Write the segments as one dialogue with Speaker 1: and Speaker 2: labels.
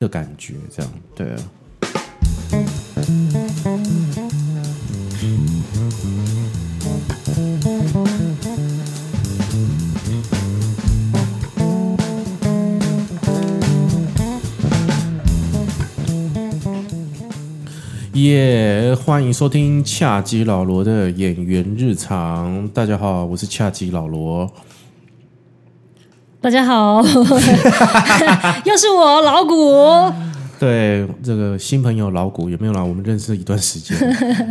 Speaker 1: 的感觉，这样对啊。耶欢迎收听恰吉老罗的演员日常。大家好，我是恰吉老罗。
Speaker 2: 大家好， 又是我老谷。
Speaker 1: 对这个新朋友老谷有没有啦？我们认识一段时间，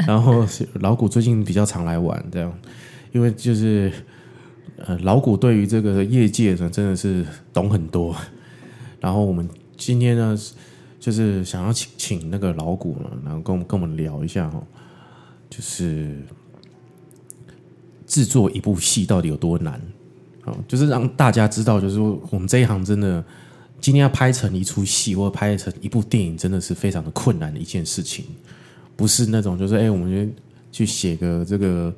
Speaker 1: 然后是老谷最近比较常来玩，这样，因为就是呃，老谷对于这个业界呢真的是懂很多。然后我们今天呢，就是想要请请那个老谷呢，然后跟我们跟我们聊一下哦，就是制作一部戏到底有多难。哦，就是让大家知道，就是说我们这一行真的今天要拍成一出戏或拍成一部电影，真的是非常的困难的一件事情，不是那种就是哎、我们就去写个这个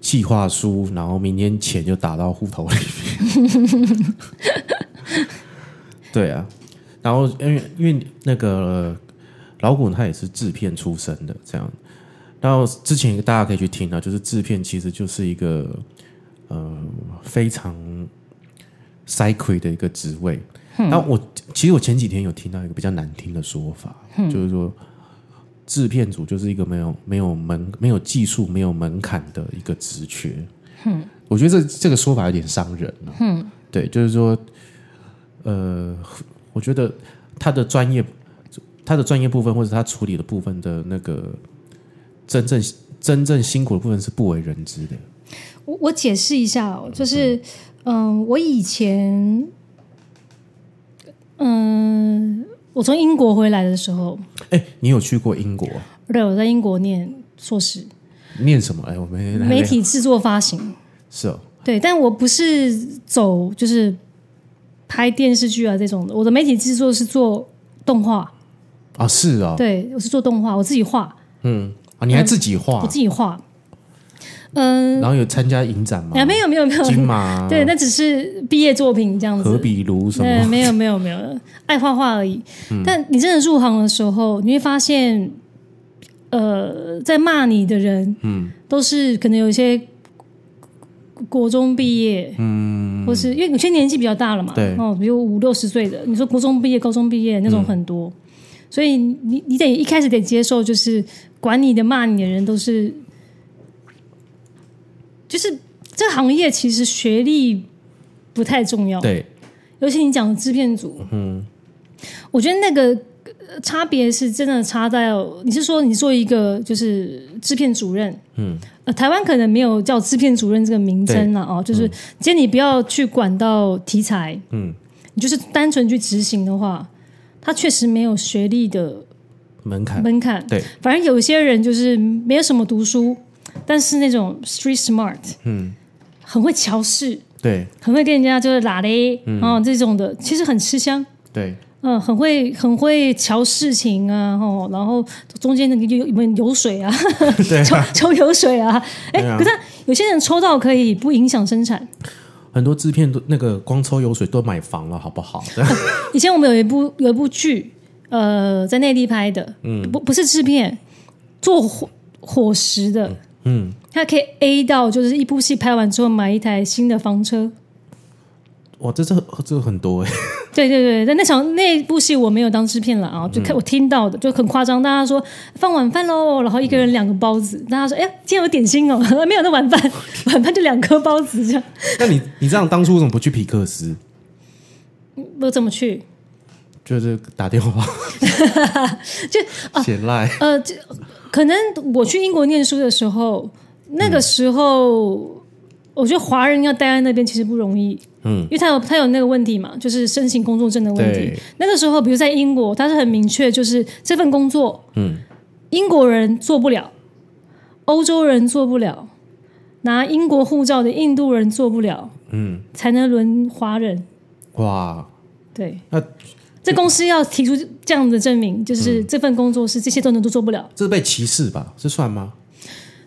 Speaker 1: 计划书，然后明天钱就打到户头里面。对啊，然后因为因为那个老谷他也是制片出身的，这样。然后之前大家可以去听啊，就是制片其实就是一个呃非常 psyche 的一个职位，那我其实我前几天有听到一个比较难听的说法，就是说制片组就是一个没有没有门没有技术没有门槛的一个职缺。嗯，我觉得这这个说法有点伤人了、嗯，对，就是说，呃，我觉得他的专业他的专业部分或者他处理的部分的那个真正真正辛苦的部分是不为人知的。
Speaker 2: 我我解释一下哦，就是嗯、我以前嗯、我从英国回来的时候，
Speaker 1: 哎，你有去过英国
Speaker 2: 对，我在英国念硕士，
Speaker 1: 念什么？哎，我没来
Speaker 2: 媒体制作发行。
Speaker 1: 是哦，
Speaker 2: 对，但我不是走就是拍电视剧啊这种的，我的媒体制作是做动画，
Speaker 1: 啊是哦，
Speaker 2: 对我是做动画，我自己画，
Speaker 1: 嗯，啊，你还自己画
Speaker 2: 我，自己画。嗯、
Speaker 1: 然后有参加影展吗？
Speaker 2: 啊，没有没有没有，
Speaker 1: 金马，啊
Speaker 2: 对，，那只是毕业作品这样子。
Speaker 1: 何比如什
Speaker 2: 对，
Speaker 1: 么？嗯
Speaker 2: 没有没有没有，爱画画而已。但你真的入行的时候，你会发现，呃，在骂你的人，嗯，都是可能有一些国中毕业，嗯，或是因为有些年纪比较大了嘛，
Speaker 1: 对嗯
Speaker 2: 哦，比如五六十岁的，你说国中毕业、高中毕业那种很多，所以你你得一开始得接受，就是管你的、骂你的人都是，就是这行业其实学历不太重要，
Speaker 1: 对，
Speaker 2: 尤其你讲的制片组，嗯，我觉得那个呃差别是真的差在哦，你是说你做一个就是制片主任，嗯，呃，台湾可能没有叫制片主任这个名称了哦，就是今天你不要去管到题材，
Speaker 1: 嗯，
Speaker 2: 你就是单纯去执行的话，他确实没有学历的
Speaker 1: 门槛，
Speaker 2: 门槛，
Speaker 1: 对，
Speaker 2: 反正有些人就是没有什么读书，但是那种 street smart，嗯，很会瞧事，
Speaker 1: 对
Speaker 2: 很会跟人家就是拉嘞，
Speaker 1: 嗯
Speaker 2: 哦这种的，其实很吃香，
Speaker 1: 对，
Speaker 2: 嗯，很会很会瞧事情啊，哦，然后中间那个有有没有油水 啊， 抽抽油水啊，哎、
Speaker 1: 对啊
Speaker 2: 可是有些人抽到可以不影响生产。
Speaker 1: 很多制片都那个光抽油水都买房了，好不好？
Speaker 2: 以前我们有一部有一部剧，呃，在内地拍的，嗯，不不是制片，做伙伙食的，
Speaker 1: 嗯，
Speaker 2: 他可以 A 到就是一部戏拍完之后买一台新的房车，
Speaker 1: 哇，这这这很多哎，
Speaker 2: 对对对，但那场那部戏我没有当制片了啊，就看、我听到的就很夸张，大家说哎放晚饭喽，然后一个人两个包子，大家说哎呀今天有点心哦， 没有那晚饭，晚饭就两颗包子这样，
Speaker 1: 那你你这样当初为什么不去皮克斯？
Speaker 2: 我怎么去？
Speaker 1: 就是打电 话，就写赖
Speaker 2: 呃，这可能我去英国念书的时候，那个时候、我觉得华人要待在那边其实不容易，
Speaker 1: 嗯，
Speaker 2: 因为他有他有那个问题嘛，就是申请工作证的问题
Speaker 1: 对。
Speaker 2: 那个时候，比如在英国，他是很明确，就是这份工作，
Speaker 1: 嗯，
Speaker 2: 英国人做不了，欧洲人做不了，拿英国护照的印度人做不了，
Speaker 1: 嗯，
Speaker 2: 才能轮华人。
Speaker 1: 哇，
Speaker 2: 对，
Speaker 1: 那
Speaker 2: 这公司要提出这样的证明，
Speaker 1: 嗯
Speaker 2: 就是这份工作是这些都能都做不了。
Speaker 1: 这被歧视吧？这算吗？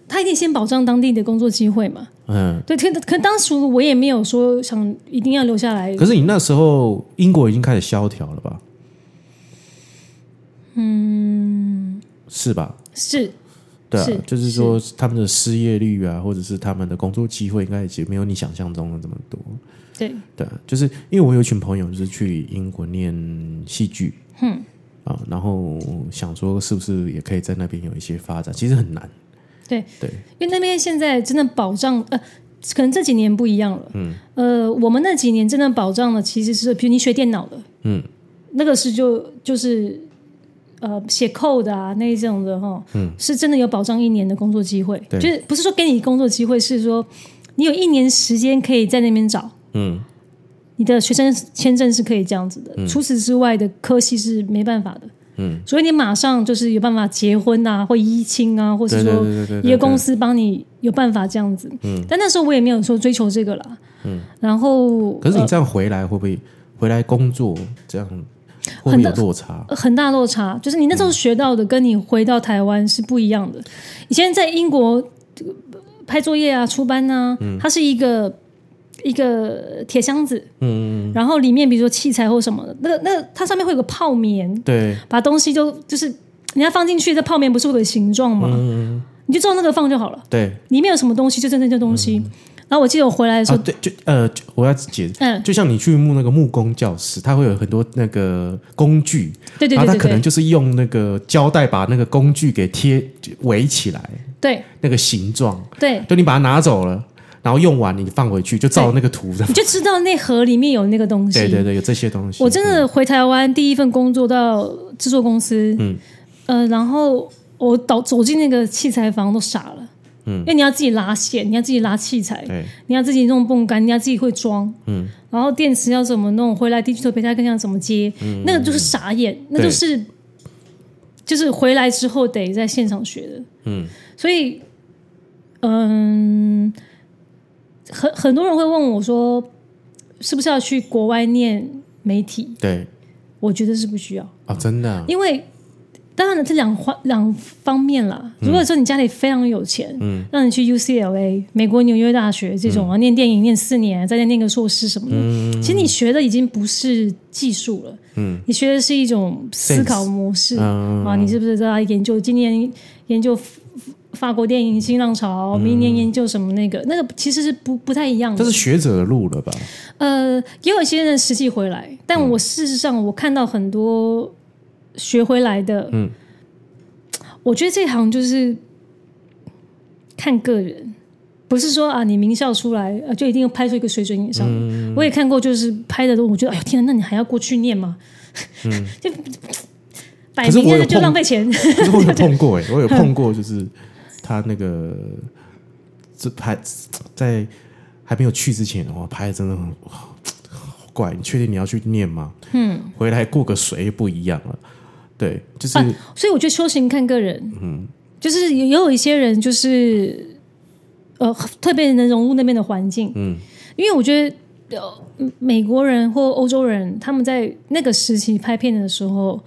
Speaker 2: 他一定先保障当地的工作机会嘛。
Speaker 1: 嗯，
Speaker 2: 对，可可当时我也没有说想一定要留下来
Speaker 1: 可，是你那时候英国已经开始萧条了吧？是吧？
Speaker 2: 是
Speaker 1: 对啊
Speaker 2: 嗯是，
Speaker 1: 就是说他们的失业率啊，或者是他们的工作机会，应该也没有你想象中的这么多。
Speaker 2: 对，
Speaker 1: 对啊，就是因为我有一群朋友就是去英国念戏剧，嗯啊，然后想说是不是也可以在那边有一些发展，其实很难。
Speaker 2: 对
Speaker 1: 对，
Speaker 2: 因为那边现在真的保障呃。可能这几年不一样了，嗯，呃，我们那几年真的保障的其实是，比如你学电脑的，
Speaker 1: 嗯，
Speaker 2: 那个是就就是，呃，写 code 啊那一种的哈，嗯，是真的有保障一年的工作机会，
Speaker 1: 对
Speaker 2: 就是不是说给你工作机会，是说你有一年时间可以在那边找，
Speaker 1: 嗯，
Speaker 2: 你的学生签证是可以这样子的，除此之外的科系是没办法的。
Speaker 1: 嗯，
Speaker 2: 所以你马上就是有办法结婚啊，或依亲啊，或
Speaker 1: 对
Speaker 2: 是
Speaker 1: 对
Speaker 2: 说
Speaker 1: 对对对
Speaker 2: 一个
Speaker 1: 对，
Speaker 2: 公司帮你有办法这样子。嗯，但那时候我也没有说追求这个啦。嗯，然后
Speaker 1: 可是你这样回来会不会回来工作这样会不会
Speaker 2: 很
Speaker 1: 有
Speaker 2: 大
Speaker 1: 落差？
Speaker 2: 呃很大落差，就是你那时候学到的跟你回到台湾是不一样的。以前在英国呃拍作业啊、出班啊，
Speaker 1: 嗯
Speaker 2: 它是一个一个铁箱子，嗯，然后里面比如说器材或什么的，那个那个它上面会有个泡棉，
Speaker 1: 对，
Speaker 2: 把东西都就是人家放进去，这泡棉不是会有形状吗？
Speaker 1: 嗯，
Speaker 2: 你就照那个放就好了，
Speaker 1: 对
Speaker 2: 里面有什么东西就真正那些东西。然后我记得我回来的时
Speaker 1: 嗯啊，
Speaker 2: 候，
Speaker 1: 对，就呃，就我要解释。
Speaker 2: 嗯，
Speaker 1: 就像你去木那个木工教室，它会有很多那个工具，
Speaker 2: 对对
Speaker 1: 然后它
Speaker 2: 对对
Speaker 1: 啊可能
Speaker 2: 对
Speaker 1: 就是用那个胶带把那个工具给贴围起来，
Speaker 2: 对
Speaker 1: 那个形状。
Speaker 2: 对，
Speaker 1: 就你把它拿走了，然后用完你放回去，就照那个图的。
Speaker 2: 你就知道那盒里面有那个东 西。
Speaker 1: 对对对，有这些东西。
Speaker 2: 嗯我真的回台湾第一份工作到制作公司，嗯，呃，然后我走走进那个器材房都傻了，嗯，因为你要自己拉线，你要自己拉器材，
Speaker 1: 对
Speaker 2: 你要自己弄泵杆，你要自己会装，嗯，然后电池要怎么弄，回来 digital 配它更要怎么接，那个就是傻眼，那就是就是回来之后得在现场学的，
Speaker 1: 嗯，
Speaker 2: 所以，嗯，很很多人会问我说，是不是要去国外念媒体？
Speaker 1: 对
Speaker 2: 我觉得是不需要，
Speaker 1: 哦，真的啊
Speaker 2: 因为当然了，这两方两方面啦。如果说你家里非常有钱，嗯，让你去 UCLA 美国纽约大学这种啊，念电影念四年，再念个硕士什么的，其实你学的已经不是技术了，嗯，你学的是一种思考模式
Speaker 1: 嗯
Speaker 2: 啊，你是不是在研究今年研究法法国电影新浪潮，明年研究什么那个那个其实是不不太一样的
Speaker 1: 这。是学者的路了吧？
Speaker 2: 呃，也有一些人实际回来，但
Speaker 1: 嗯
Speaker 2: 我事实上我看到很多学回来的，
Speaker 1: 嗯，
Speaker 2: 我觉得这行就是看个人，不是说啊你名校出来呃就一定要拍出一个水准以
Speaker 1: 嗯
Speaker 2: 上的。我也看过，就是拍的都，我觉得哎呦天啊，那你还要过去念吗？ 就摆
Speaker 1: 嗯可是
Speaker 2: 明
Speaker 1: 我有
Speaker 2: 了就
Speaker 1: 碰
Speaker 2: 浪费钱。
Speaker 1: 可是我有碰过哎、我有碰过，就是他那个这拍在还没有去之前，哇，拍的真的很哇好怪。你确定你要去念吗？嗯，回来过个水也不一样了。对，就是、
Speaker 2: 所以我觉得修行看个人，嗯，就是也有一些人就是呃特别能融入那边的环境，嗯，因为我觉得。呃，美国人或欧洲人，他们在那个时期拍片的时候，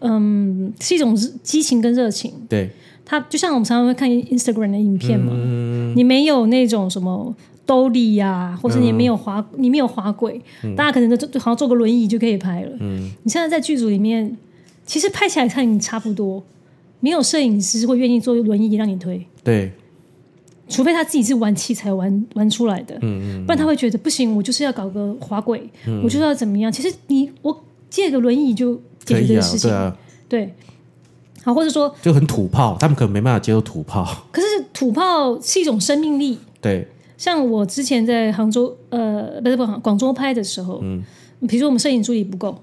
Speaker 2: 嗯，是一种激情跟热情。
Speaker 1: 对，
Speaker 2: 他就像我们常常会看 Instagram 的影片嘛，
Speaker 1: 嗯
Speaker 2: 你没有那种什么兜里呀、或者你没有滑，
Speaker 1: 嗯
Speaker 2: 你没有滑轨，大家可能都就好像坐个轮椅就可以拍了。
Speaker 1: 嗯
Speaker 2: 你现在在剧组里面，其实拍起来看你差不多，没有摄影师会愿意坐轮椅让你推，
Speaker 1: 对，
Speaker 2: 除非他自己是玩器材玩玩出来
Speaker 1: 嗯
Speaker 2: 的，不然他会觉得不行，我就是要搞个滑轨，
Speaker 1: 嗯
Speaker 2: 我就是要怎么样。其实你我借个轮椅就
Speaker 1: 可
Speaker 2: 解决这
Speaker 1: 以
Speaker 2: 个
Speaker 1: 啊
Speaker 2: 事，情，
Speaker 1: 对啊，
Speaker 2: 对，好，或者说，
Speaker 1: 就很土炮，他们可能没办法接受土炮。
Speaker 2: 可是土炮是一种生命力。
Speaker 1: 对，
Speaker 2: 像我之前在杭州，呃，不是不是广州拍的时候，嗯，比如说我们摄影助理不够，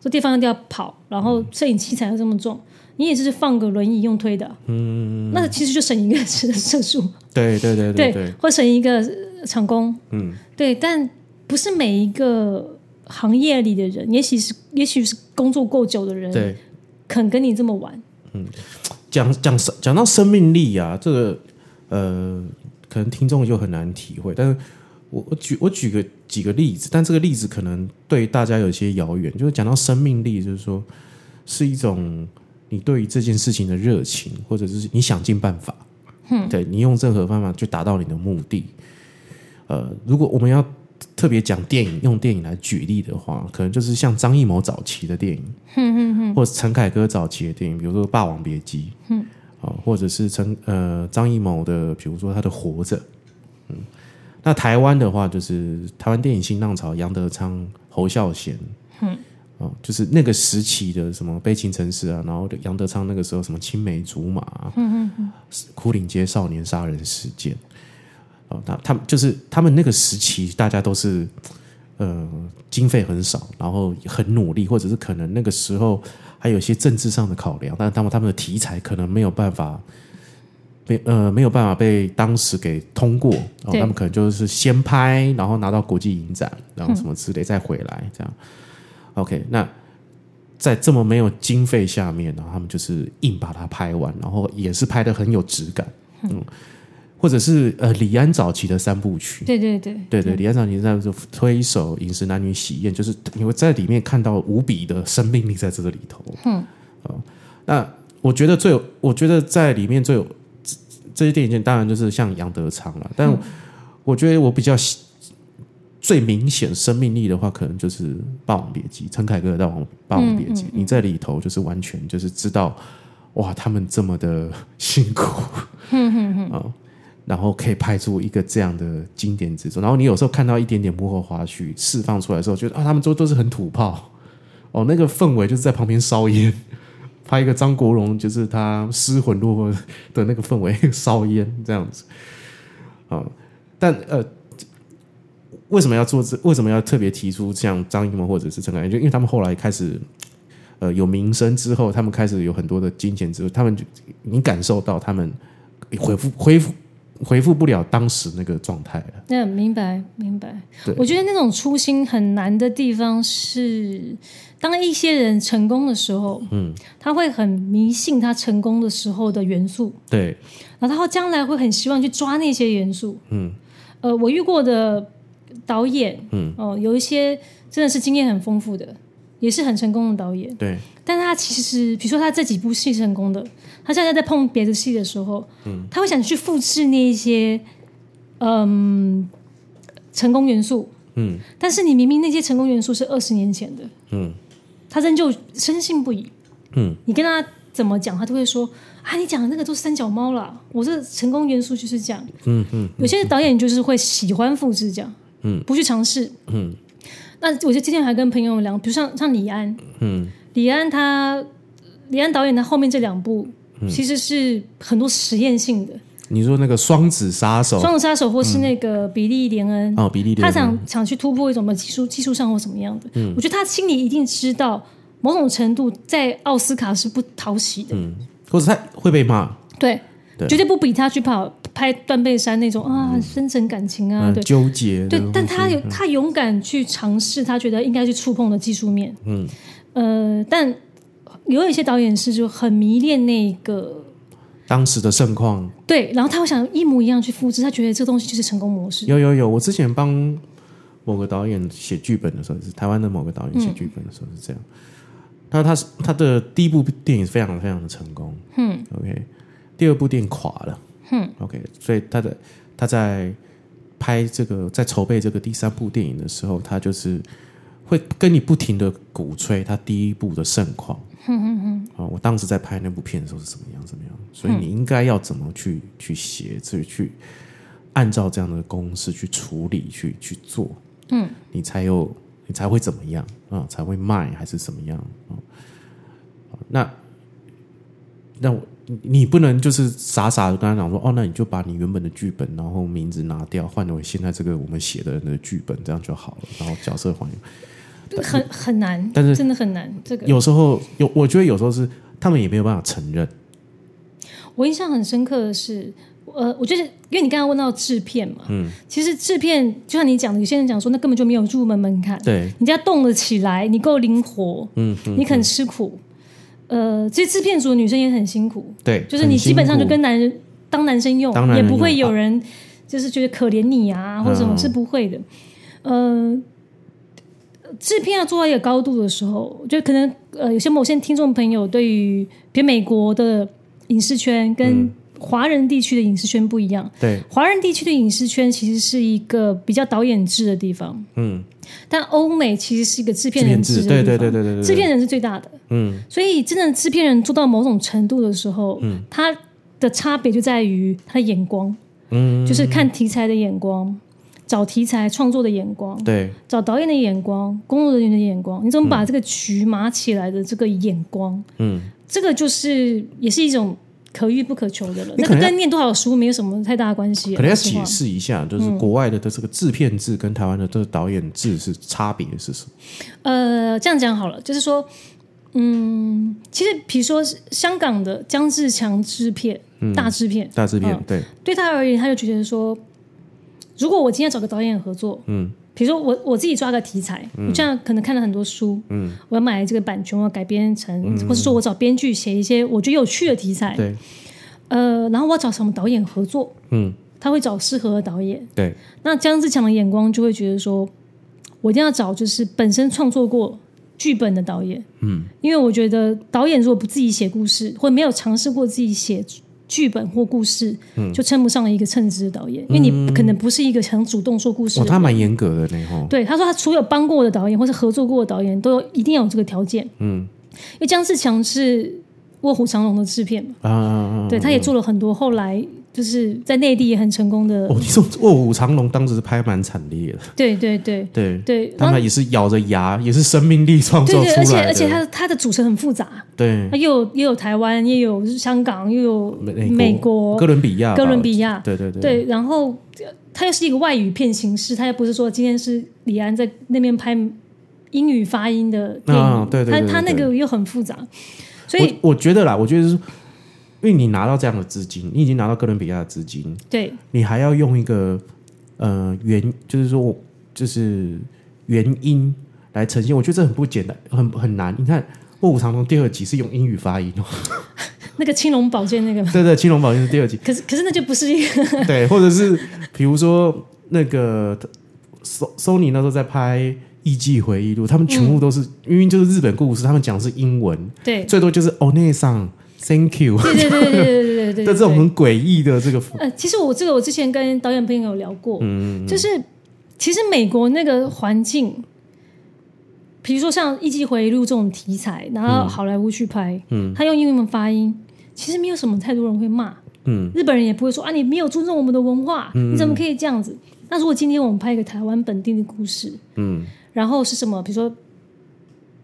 Speaker 2: 这地方一定要跑，然后摄影器材又这么重，你也就是放个轮椅用推的，嗯，那其实就省一个人的摄数，
Speaker 1: 对，对，对，对，对，
Speaker 2: 或省一个呃场工，
Speaker 1: 嗯，
Speaker 2: 对，但不是每一个行业里的人，也许是也许是工作够久的人，
Speaker 1: 对。
Speaker 2: 肯跟你这么玩，
Speaker 1: 讲讲生讲到生命力啊，这个呃，可能听众就很难体会。但是我我举我举个几个例子，但这个例子可能对大家有些遥远。就是讲到生命力，就是说是一种你对于这件事情的热情，或者是你想尽办法，嗯，对你用任何方法去达到你的目的。呃，如果我们要特特别讲电影，用电影来举例的话，可能就是像张艺谋早期的电影，嗯嗯嗯，或者陈凯歌早期的电影，比如说《霸王别姬》，嗯，哦，或者是陈呃张艺谋的，比如说他的《活着》，嗯，那台湾的话，就是台湾电影新浪潮，杨德昌、侯孝贤，嗯，哦，就是那个时期的什么《悲情城市》啊，然后杨德昌那个时候什么青梅竹马、啊，嗯嗯，牯岭街少年杀人事件。哦，那他们就是他们那个时期，大家都是呃经费很少，然后很努力，或者是可能那个时候还有一些政治上的考量，但他们他们的题材可能没有办法被呃没有办法被当时给通过，哦，
Speaker 2: 对
Speaker 1: 他们可能就是先拍，然后拿到国际影展，然后什么之类再回来这样。OK，那。在这么没有经费下面，然后他们就是硬把它拍完，然后也是拍的很有质感，嗯，或者是呃李安早期的三部曲，
Speaker 2: 对对对，
Speaker 1: 对对，李安长你在就推手饮食男女喜宴，就是你会在里面看到无比的生命力在这个里头。嗯，那我觉得最有，我觉得在里面最有这这些电影圈，当然就是像杨德昌了，但我觉得我比较喜最明显生命力的话，可能就是《霸王别姬》，陈凯歌的《霸王霸王别姬》你在里头就是完全就是知道，哇，他们这么的辛苦，然后可以拍出一个这样的经典之作。然后你有时候看到一点点幕后花絮释放出来的时候，觉得啊，他们都都是很土炮哦，那个氛围就是在旁边烧烟，拍一个张国荣就是他失魂落魄的那个氛围 烧烟这样子啊、但呃。为什么要做这？为什么要特别提出像张艺谋或者是陈凯歌？就因为他们后来开始，呃，有名声之后，他们开始有很多的金钱之后，他们就你感受到他们恢复恢复回复不了当时那个状态了。
Speaker 2: 那嗯明白明白
Speaker 1: 对。
Speaker 2: 我觉得那种初心很难的地方是，当一些人成功的时候，嗯，他会很迷信他成功的时候的元素，
Speaker 1: 对，
Speaker 2: 然后他将来会很希望去抓那些元素。嗯，呃，我遇过的导演，嗯，哦、有一些真的是经验很丰富的，也是很成功的导演，
Speaker 1: 对，
Speaker 2: 但他其实，比如说他这几部戏成功的，他现在在碰别的戏的时候，嗯，他会想去复制那一些，嗯，成功元素，
Speaker 1: 嗯，
Speaker 2: 但是你明明那些成功元素是二十年前的，
Speaker 1: 嗯，
Speaker 2: 他仍旧深信不疑。
Speaker 1: 嗯，
Speaker 2: 你跟他怎么讲，他都会说啊，你讲的那个都是三脚猫啦，我这成功元素就是这样。
Speaker 1: 嗯嗯
Speaker 2: 有些导演就是会喜欢复制这样，
Speaker 1: 嗯，
Speaker 2: 不去尝试。
Speaker 1: 嗯
Speaker 2: 那我就今天还跟朋友聊，比如像像李安，
Speaker 1: 嗯，
Speaker 2: 李安他李安导演他后面这两部。
Speaker 1: 嗯
Speaker 2: 其实是很多实验性的，
Speaker 1: 你说那个双子杀手
Speaker 2: 《双子杀手》或是那个《比利·连恩》
Speaker 1: 哦，比利
Speaker 2: 他
Speaker 1: 连
Speaker 2: 想想去突破一种什么技术技术上或什么样的，
Speaker 1: 嗯
Speaker 2: 我觉得他心里一定知道，某种程度在奥斯卡是不讨喜的，
Speaker 1: 嗯，或者他会被骂，
Speaker 2: 对，
Speaker 1: 对
Speaker 2: 绝对不比他去跑拍断背山那种啊深层感情啊，
Speaker 1: 嗯，
Speaker 2: 对
Speaker 1: 纠结，
Speaker 2: 对，但他
Speaker 1: 嗯
Speaker 2: 有他勇敢去尝试，他觉得应该去触碰的技术面，
Speaker 1: 嗯，
Speaker 2: 呃，但有一些导演是就很迷恋那个。
Speaker 1: 当时的盛况，
Speaker 2: 对，然后他会想一模一样去复制，他觉得这东西就是成功模式。
Speaker 1: 有有有，我之前帮某个导演写剧本的时候，是台湾的某个导演写剧本的时候是这样。那他是他的第一部电影非常非常的成功，嗯，OK，第二部电影垮了，嗯，OK，所以他的他在拍这个在筹备这个第三部电影的时候，他就是会跟你不停的鼓吹他第一部的盛况，嗯嗯嗯，啊，我当时在拍那部片的时候是怎么样怎么样，所以你应该要怎么去去写，去去按照这样的公式去处理、去去做，嗯，你才有你才会怎么样啊、才会卖还是怎么样啊、好那那我你你不能就是傻傻的跟他讲说，哦，那你就把你原本的剧本，然后名字拿掉，换为现在这个我们写的人的剧本，这样就好了，然后角色还 原。
Speaker 2: 很很难，
Speaker 1: 但是
Speaker 2: 真的很难。这个
Speaker 1: 有时候有，我觉得有时候是他们也没有办法承认，
Speaker 2: 我印象很深刻的是，呃，我就是因为你刚刚问到制片嘛，嗯，其实制片就像你讲的，有些人讲说那根本就没有入门门槛，
Speaker 1: 对，
Speaker 2: 人家动了起来，你够灵活，
Speaker 1: 嗯，
Speaker 2: 你肯吃苦，呃，其实制片组的女生也很辛苦，
Speaker 1: 对，
Speaker 2: 就是你基本上就
Speaker 1: 很辛苦
Speaker 2: 跟男人当男生用，
Speaker 1: 当男人
Speaker 2: 也
Speaker 1: 用
Speaker 2: 不会有人就是觉得可怜你啊或者什么
Speaker 1: 嗯
Speaker 2: 是不会的，呃。制片要做到一个高度的时候，我觉得可
Speaker 1: 嗯
Speaker 2: 能呃，有些某些听众朋友对于比如美国的影视圈跟华人地区的影视圈不一样。
Speaker 1: 对，
Speaker 2: 华人地区的影视圈其实是一个比较导演制的地方，
Speaker 1: 嗯，
Speaker 2: 但欧美其实是一个制片
Speaker 1: 制
Speaker 2: 人
Speaker 1: 片
Speaker 2: 制
Speaker 1: 制，
Speaker 2: 的
Speaker 1: 对
Speaker 2: 地
Speaker 1: 对
Speaker 2: 方
Speaker 1: 对对对对，
Speaker 2: 制片人是最大的。
Speaker 1: 嗯，
Speaker 2: 所以真的制片人做到某种程度的时候，嗯，他的差别就在于他的眼光，
Speaker 1: 嗯，
Speaker 2: 就是看题材的眼光，找题材创作的眼光，
Speaker 1: 对，
Speaker 2: 找导演的眼光，工作人员的眼光，你怎么把这个局码起来的这个眼光，
Speaker 1: 嗯，
Speaker 2: 这个就是也是一种可遇不可求的了。
Speaker 1: 你
Speaker 2: 那
Speaker 1: 可
Speaker 2: 个
Speaker 1: 能要
Speaker 2: 跟念多少书没有什么太大的关系。啊
Speaker 1: 可能要
Speaker 2: 说实话嗯
Speaker 1: 解释一下，就是国外的的这个制片制跟台湾的这个导演制是差别是什么？
Speaker 2: 呃，这样讲好了，就是说，嗯，其实比如说香港的姜志强制片、
Speaker 1: 嗯
Speaker 2: 大制片，
Speaker 1: 大制片
Speaker 2: 嗯
Speaker 1: 对，
Speaker 2: 对他而言，他就觉得说，如果我今天找个导演合作，
Speaker 1: 嗯，
Speaker 2: 比如说我我自己抓个题材，我这样可能看了很多书，嗯，我要买这个版权，我要改编成，或是说我找编剧写一些我觉得有趣的题材，
Speaker 1: 嗯对，
Speaker 2: 呃，然后我要找什么导演合作，
Speaker 1: 嗯，
Speaker 2: 他会找适合的导演。
Speaker 1: 对，
Speaker 2: 那姜志强的眼光就会觉得说，我一定要找就是本身创作过剧本的导演，
Speaker 1: 嗯，
Speaker 2: 因为我觉得导演如果不自己写故事，或没有尝试过自己写剧本或故事，
Speaker 1: 嗯
Speaker 2: 就称不上一个称职的导演，因为你可能不是一个很主动说故事
Speaker 1: 哦，
Speaker 2: 的人。
Speaker 1: 他蛮严格的呢，吼，
Speaker 2: 对，他说他所有帮过我的导演或是合作过的导演，都有一定要有这个条件，
Speaker 1: 嗯
Speaker 2: 因为姜志强是《卧虎藏龙》的制片嘛，
Speaker 1: 啊啊，啊
Speaker 2: 对，他也做了很多后来就是在内地也很成功的，
Speaker 1: 哦，你说《卧虎藏龙》当时是拍蛮惨烈的，
Speaker 2: 对对对
Speaker 1: 对，
Speaker 2: 对，然
Speaker 1: 他
Speaker 2: 后
Speaker 1: 们也是咬着牙，也是生命力创
Speaker 2: 对
Speaker 1: 作出
Speaker 2: 嗯对，
Speaker 1: 来的，
Speaker 2: 而且而且它它的组成很复杂，
Speaker 1: 对
Speaker 2: 它又有也有台湾，也有香港，又有
Speaker 1: 美哎
Speaker 2: 美
Speaker 1: 国、
Speaker 2: 国
Speaker 1: 哥伦比亚吧、
Speaker 2: 哥伦比亚，
Speaker 1: 对对对
Speaker 2: 对，然后呃它又是一个外语片形式，它又不是说今天是李安在那边拍英语发音的电影，
Speaker 1: 啊对对对对
Speaker 2: 它它那
Speaker 1: 对
Speaker 2: 个又很复杂，所以
Speaker 1: 我我觉得啦，我觉得是，因为你拿到这样的资金，你已经拿到哥伦比亚的资金，
Speaker 2: 对
Speaker 1: 你还要用一个呃原，就是说我就是原因来呈现，我觉得这很不简单，很很难。你看《卧虎藏龙》第二集是用英语发音哦，
Speaker 2: 那个青龙宝剑那个，
Speaker 1: 对对，《青龙宝剑》是第二 集，
Speaker 2: 可是可是那就不是一个
Speaker 1: 对，或者是比如说那个 So Sony 那时候在拍《艺伎回忆录》，他们全部都是、因为就是日本故事，他们讲的是英文，
Speaker 2: 嗯 对
Speaker 1: 最多就是 o n e s a n Thank you
Speaker 2: 对对对对对对对对 对
Speaker 1: 的这种很诡异的这个
Speaker 2: 呃，其实我这个我之前跟导演朋友有聊过，
Speaker 1: 嗯
Speaker 2: 就是其实美国那个环境，比如说像《一季回忆录》这种题材，然后好莱坞去拍，他用英文发音，其实没有什么太多人会骂，
Speaker 1: 嗯
Speaker 2: 日本人也不会说啊，你没有尊重我们的文化，你怎么可以这样子？那如果今天我们拍一个台湾本地的故事，
Speaker 1: 嗯，
Speaker 2: 然后是什么？比如说、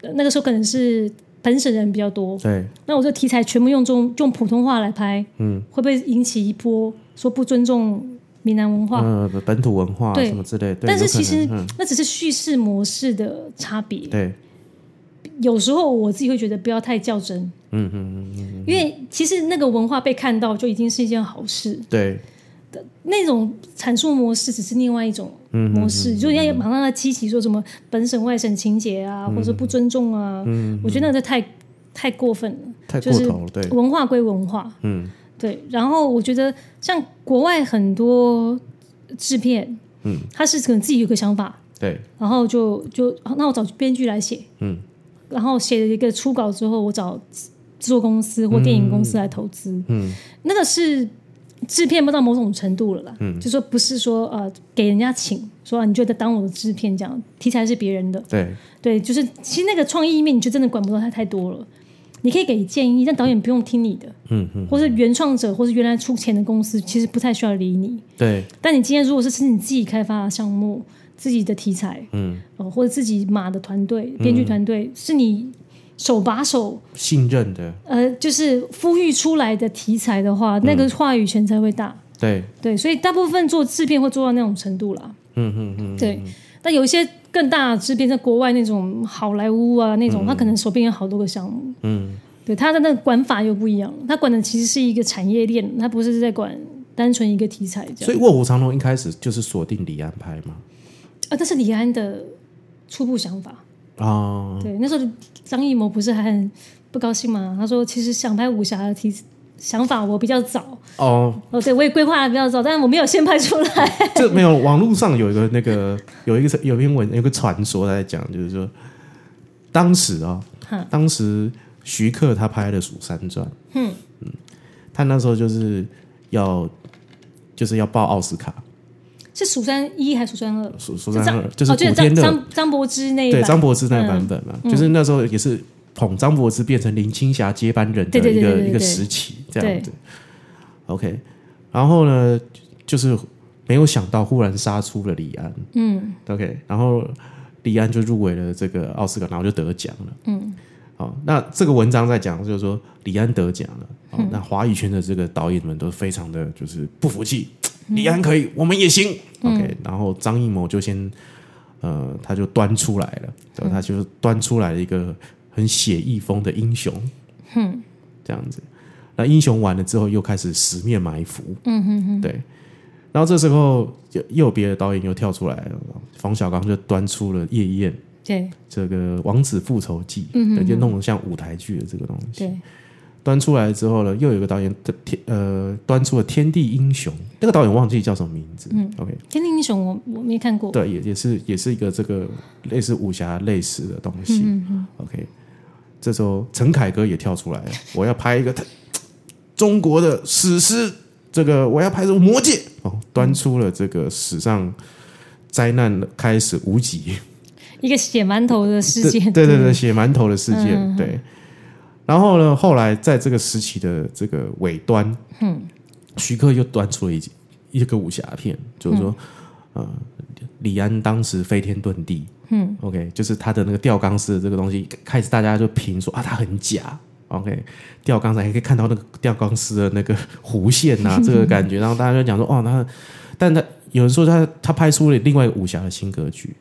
Speaker 2: 呃那个时候可能是本省人比较多，
Speaker 1: 对，
Speaker 2: 那我这个题材全部用中用普通话来拍，
Speaker 1: 嗯，
Speaker 2: 会不会引起一波说不尊重闽南文化？
Speaker 1: 呃，本土文化
Speaker 2: 对
Speaker 1: 什么之类，对
Speaker 2: 但是
Speaker 1: 有可
Speaker 2: 其
Speaker 1: 能
Speaker 2: 实
Speaker 1: 嗯
Speaker 2: 那只是叙事模式的差别。
Speaker 1: 对，
Speaker 2: 有时候我自己会觉得不要太较真，
Speaker 1: 嗯嗯嗯，
Speaker 2: 因为其实那个文化被看到就已经是一件好事。
Speaker 1: 对，
Speaker 2: 那种阐述模式只是另外一种
Speaker 1: 嗯
Speaker 2: 模式，就要马上要激起说什么本省外省情节啊，
Speaker 1: 嗯
Speaker 2: 或者不尊重啊，我觉得那个太太过分了。
Speaker 1: 太
Speaker 2: 就
Speaker 1: 过
Speaker 2: 是
Speaker 1: 头了，嗯对，
Speaker 2: 文化归文化，
Speaker 1: 嗯，
Speaker 2: 对。然后我觉得像国外很多制片，
Speaker 1: 嗯，
Speaker 2: 他是可能自己有个想法，
Speaker 1: 对，
Speaker 2: 然后就就啊那我找编剧来写，
Speaker 1: 嗯，
Speaker 2: 然后写了一个初稿之后，我找制作公司或电影公司来投资，
Speaker 1: 嗯，
Speaker 2: 那个是。制片不到某种程度了啦，嗯、就说不是说呃给人家请，说、啊、你就得当我的制片这样，题材是别人的，
Speaker 1: 对，
Speaker 2: 对，就是其实那个创意面你就真的管不到他太多了。你可以给建议，但导演不用听你的，
Speaker 1: 嗯嗯，
Speaker 2: 或是原创者，或是原来出钱的公司，其实不太需要理你。
Speaker 1: 对，
Speaker 2: 但你今天如果是是你自己开发的项目、自己的题材，
Speaker 1: 嗯，
Speaker 2: 哦，或者自己码的团队、编剧团队，是你手把手，
Speaker 1: 信任的，
Speaker 2: 呃，就是孵育出来的题材的话，
Speaker 1: 嗯
Speaker 2: 那个话语权才会大。
Speaker 1: 对，
Speaker 2: 对，所以大部分做制片会做到那种程度啦。
Speaker 1: 嗯嗯嗯，
Speaker 2: 对，但有一些更大的制片，在国外那种好莱坞啊那种，他可能手边有好多个项目，
Speaker 1: 嗯，
Speaker 2: 对他的那个管法又不一样，他管的其实是一个产业链，他不是在管单纯一个题材这
Speaker 1: 所
Speaker 2: 样。
Speaker 1: 以《卧虎藏龙》一开始就是锁定李安拍嘛，
Speaker 2: 啊，但是李安的初步想法，
Speaker 1: 啊，
Speaker 2: 对那时候张艺谋不是还很不高兴吗？他说其实想拍武侠的题想法我比较早，
Speaker 1: 哦，
Speaker 2: 哦，对我也规划的比较早，但我没有先拍出来。
Speaker 1: 这没有，网络上有一个那个有一个有一篇文有个传说在讲，就是说当时啊、
Speaker 2: 哈
Speaker 1: 嗯当时徐克他拍的《蜀山传》，嗯他那时候就是要就是要报奥斯卡，
Speaker 2: 是蜀山一还是蜀山二？
Speaker 1: 蜀蜀
Speaker 2: 是
Speaker 1: 山
Speaker 2: 张
Speaker 1: 二就是
Speaker 2: 哦
Speaker 1: 古天
Speaker 2: 张
Speaker 1: 乐、
Speaker 2: 张张柏芝那一
Speaker 1: 对
Speaker 2: 版，
Speaker 1: 张柏芝那个版本嘛，就是那时候也是捧张柏芝变成林青霞接班人的
Speaker 2: 对对
Speaker 1: 一
Speaker 2: 对对
Speaker 1: 个
Speaker 2: 对
Speaker 1: 一个
Speaker 2: 对
Speaker 1: 时期这样子。OK，然后呢，就是没有想到忽然杀出了李安，嗯，OK，然后李安就入围了这个奥斯卡，然后就得奖了，嗯。好，那这个文章在讲，就是说李安得奖了，好，那华语圈的这个导演们都非常的就是不服气，李安可以，我们也行。OK，然后张艺谋就先，呃，他就端出来了，对吧他就端出来了一个很写意风的英雄，嗯，这样子。那英雄完了之后，又开始十面埋伏，嗯哼哼，对。然后这时候又又有别的导演又跳出来了，冯小刚就端出了《夜宴》
Speaker 2: 对
Speaker 1: 这个《王子复仇记》，嗯就弄得像舞台剧的这个东西。
Speaker 2: 对，
Speaker 1: 端出来之后呢，又有一个导演的天呃端出了《天地英雄》，那个导演忘记叫什么名字。嗯，OK，
Speaker 2: 《天地英雄》我我没看过，
Speaker 1: 对，也也是也是一个这个类似武侠类似的东西。OK，这时候陈凯歌也跳出来了，我要拍一个他中国的史诗，这个我要拍出《魔戒》哦，端出了这个史上灾难开始无极。
Speaker 2: 一个血馒头的事
Speaker 1: 对
Speaker 2: 件，嗯
Speaker 1: 对对对，血馒头的事件，对。然后呢，后来在这个时期的这个尾端，嗯，徐克又端出了一一个武侠片，就是说，
Speaker 2: 嗯
Speaker 1: 呃，李安当时飞天遁地，嗯，OK，就是他的那个吊钢丝的这个东西，开始大家就评说啊，他很假。OK，吊钢丝还可以看到那个吊钢丝的那个弧线 呐、这个感觉，然后大家就讲说，哦，那，但他有人说他他拍出了另外一个武侠的新格局，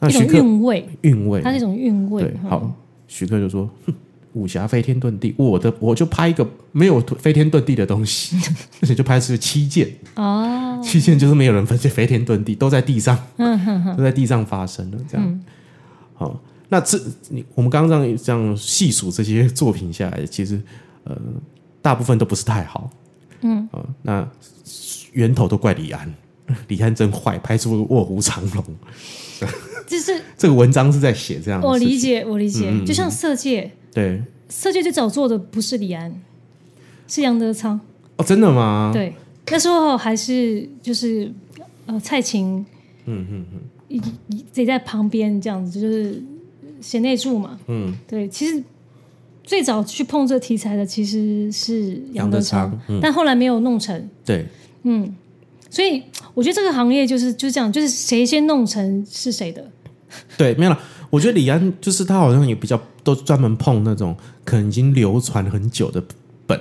Speaker 1: 那
Speaker 2: 一
Speaker 1: 徐
Speaker 2: 种
Speaker 1: 克
Speaker 2: 韵味，
Speaker 1: 韵味，
Speaker 2: 它是一种韵味哦
Speaker 1: 对，，好，徐克就说：“哼武侠飞天遁地，我的我就拍一个没有飞天遁地的东西，而且就拍是七剑哦，七剑就是没有人分这飞天遁地，都在地上，都在地上发生的这样。好，那这你我们刚刚这样这样细数这些作品下来，其实呃，大部分都不是太好，嗯啊、那源头都怪李安，李安真坏，拍出了卧虎藏龙。
Speaker 2: 就是
Speaker 1: 这个文章是在嗯写这样的
Speaker 2: 我
Speaker 1: 事情，
Speaker 2: 理解，我理解，就像《色戒》，
Speaker 1: 对。”
Speaker 2: 《色戒》最早做的不是李安，是杨德昌。
Speaker 1: 哦，真的吗？
Speaker 2: 对，那时候还是就是呃蔡琴，嗯嗯嗯，自己在旁边这样子，就是贤内助嘛。
Speaker 1: 嗯，
Speaker 2: 对，其实最早去碰这题材的其实是
Speaker 1: 杨
Speaker 2: 杨
Speaker 1: 德
Speaker 2: 德
Speaker 1: 昌嗯
Speaker 2: 昌，但后来没有弄成。
Speaker 1: 对，
Speaker 2: 所以我觉得这个行业就是就是这样，就是谁先弄成是谁的。
Speaker 1: 对，没有了。我觉得李安就是他好像也比较都专门碰那种可能已经流传很久的本。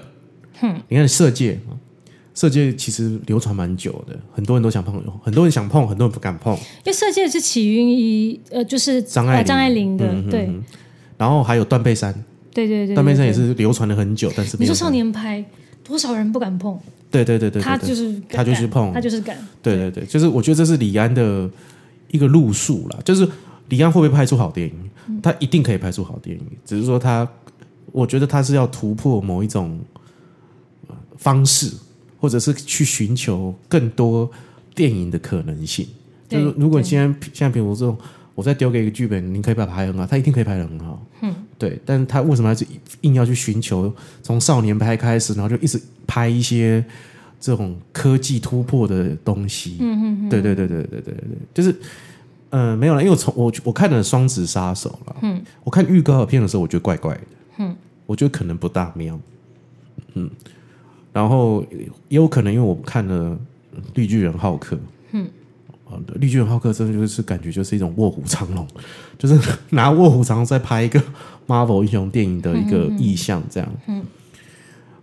Speaker 1: 哼，你看《色戒》嘛，《色戒》其实流传蛮久的，很多人都想碰，很多人想碰，很多人不敢碰。
Speaker 2: 因为《色戒》是起源于呃，就是
Speaker 1: 张爱
Speaker 2: 呃
Speaker 1: 玲嗯
Speaker 2: 张爱玲的，对
Speaker 1: 然后还有《断背山》，
Speaker 2: 对对对，
Speaker 1: 《断背山》
Speaker 2: 对
Speaker 1: 也。是流传了很久，但是没
Speaker 2: 你
Speaker 1: 有
Speaker 2: 说少年派，多少人不敢碰？
Speaker 1: 对对对对，对
Speaker 2: 他
Speaker 1: 对
Speaker 2: 就是
Speaker 1: 他就是碰
Speaker 2: 他就是敢。
Speaker 1: 对对对，就是我觉得这是李安的一个路数啦，就是李安会不会拍出好电影，
Speaker 2: 嗯
Speaker 1: 他一定可以拍出好电影，只是说他，我觉得他是要突破某一种呃方式，或者是去寻求更多电影的可能性。就
Speaker 2: 对
Speaker 1: 是如果
Speaker 2: 对
Speaker 1: 今天像比如这种，我再丢给一个剧本，你可以把它拍得很好，他一定可以拍得很好。嗯，对，但是他为什么要去硬要去寻求从少年拍开始，然后就一直拍一些这种科技突破的东西？嗯嗯，对对对对对对对，就是。呃，没有了，因为我从我我看了《双子杀手》了，嗯，我看预告片的时候，我觉得怪怪的，嗯，我觉得可能不大妙，嗯，然后也有可能因为我看了《绿巨人浩克》，
Speaker 2: 嗯
Speaker 1: 啊，绿巨人浩克真的就是感觉就是一种卧虎藏龙， 就是拿卧虎藏龙在拍一个 Marvel 英雄电影的一
Speaker 2: 嗯
Speaker 1: 个意象，这样。嗯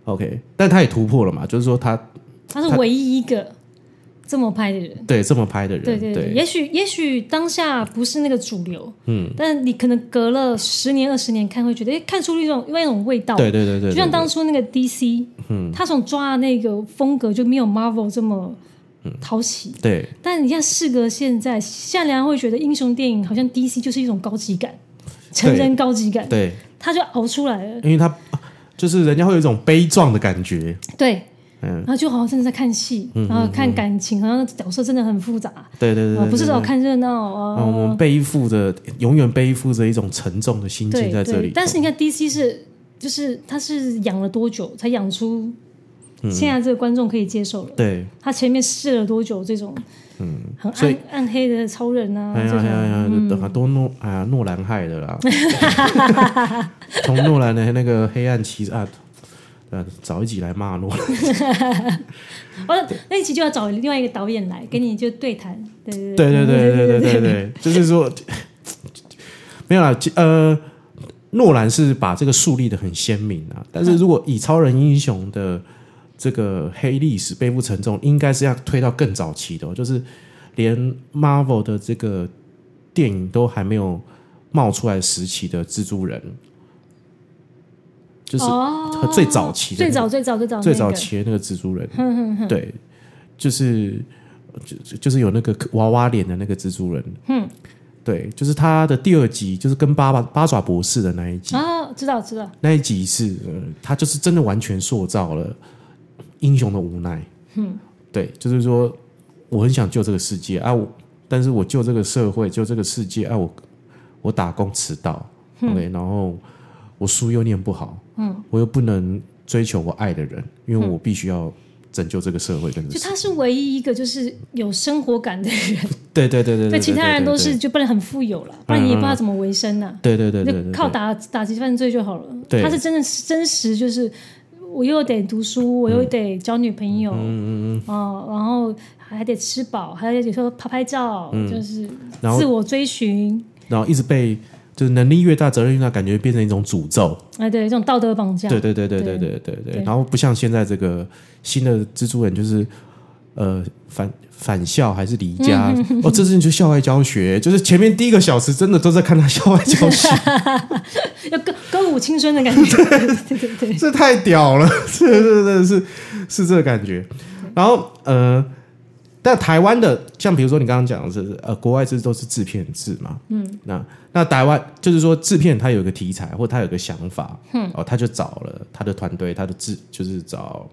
Speaker 1: OK，但他也突破了嘛，就是说他
Speaker 2: 他是唯一一个这么拍的人。
Speaker 1: 对这么拍的人，
Speaker 2: 对对对，也许也许当下不是那个主流，嗯，但你可能隔了十年二十年看，会觉得哎，诶看出一种另外一种味道。
Speaker 1: 对对对对对，
Speaker 2: 就像当初那个 DC，嗯，他从抓的那个风格就没有 Marvel 这么讨喜。
Speaker 1: 对
Speaker 2: 但你看，事隔现在，夏良会觉得英雄电影好像 DC 就是一种高级感，成人高级感，
Speaker 1: 对，
Speaker 2: 他就熬出来了。
Speaker 1: 因为他啊就是人家会有一种悲壮的感觉，
Speaker 2: 对，
Speaker 1: 嗯，
Speaker 2: 然后就好像真的在看戏，然后看感情，好像角色真的很复杂，
Speaker 1: 对对对
Speaker 2: 啊
Speaker 1: 对，
Speaker 2: 不是
Speaker 1: 对
Speaker 2: 只有
Speaker 1: 对
Speaker 2: 看热闹
Speaker 1: 嗯，我
Speaker 2: 啊。
Speaker 1: 们背负着永远背负着一种沉重的心境
Speaker 2: 对
Speaker 1: 在这里
Speaker 2: 对
Speaker 1: 头，，
Speaker 2: 但是你看 DC 是就是他是养了多久才养出
Speaker 1: 嗯
Speaker 2: 现在这个观众可以接受了。
Speaker 1: 对，
Speaker 2: 他前面试了多久这种，嗯，很
Speaker 1: 所以
Speaker 2: 暗暗黑的超人啊，
Speaker 1: 哎呀
Speaker 2: 这
Speaker 1: 哎呀哎
Speaker 2: 种
Speaker 1: 呀，等很多诺哎呀诺兰害的 啦，从诺兰的那个黑暗骑士啊，呃，早一集来骂诺兰，
Speaker 2: 哦，那一期就要找另外一个导演来跟你就对谈，对嗯对
Speaker 1: 对对对对对对对，就是说没有啦，呃，诺兰是把这个树立的很鲜明啊，但
Speaker 2: 嗯
Speaker 1: 是如果以超人英雄的这个黑历史背负沉重，应该是要推到更早期的、哦，就是连 Marvel 的这个电影都还没有冒出来时期的蜘蛛人，就是
Speaker 2: 哦，
Speaker 1: 最早期的那
Speaker 2: 最
Speaker 1: 个
Speaker 2: 早最早最早
Speaker 1: 最
Speaker 2: 那
Speaker 1: 早
Speaker 2: 个
Speaker 1: 期的那个蜘蛛人，对，就是就就是有那个娃娃脸的那个蜘蛛人，嗯，对，就是他的第二集，就是跟八八八爪博士的那一集，
Speaker 2: 啊，知道知道，
Speaker 1: 那一集是、呃、他就是真的完全塑造了英雄的无奈，嗯，对，就是说我很想救这个世界啊，我但是我救这个社会，救这个世界啊，我我打工迟到、o
Speaker 2: 嗯
Speaker 1: k 然后我书又念不好，嗯，我又不能追求我爱的人，因为我必须要拯救这个社会跟这
Speaker 2: 嗯就
Speaker 1: 个世
Speaker 2: 他是唯一一个就是有生活感的人，
Speaker 1: 对对对对对，
Speaker 2: 对其他人都是
Speaker 1: 对嗯
Speaker 2: 就不能很富有了，不然你也不知道怎么维生啊呐。
Speaker 1: 对对对对对
Speaker 2: 那
Speaker 1: 对，
Speaker 2: 靠打打击犯罪就好了。
Speaker 1: 对
Speaker 2: 他是真的是真实，就是我又得读书，我又得交女朋友，嗯嗯嗯，哦，然后还得吃饱，还得有时候拍拍照，就是
Speaker 1: 嗯然后
Speaker 2: 自我追寻，
Speaker 1: 然后一直被就是能力越大，责任越大，感觉变成一种诅咒。
Speaker 2: 哎，对，这种道德绑架，
Speaker 1: 对对对对对
Speaker 2: 对
Speaker 1: 对对对。
Speaker 2: 对
Speaker 1: 然后不像现在这个新的蜘蛛人，就是呃返返校还是离家、哦，这次你去校外教学，就是前面第一个小时真的都在看他校外教学，
Speaker 2: 要歌歌舞青春的感觉， 对对对，
Speaker 1: 这太屌了， 这这这是是这个感觉。然后呃，但台湾的像比如说你刚刚讲的是呃，国外这都是制片制嘛，嗯，那那台湾就是说制片他有一个题材或他有一个想法，嗯，哦，他就找了他的团队，他的制就是找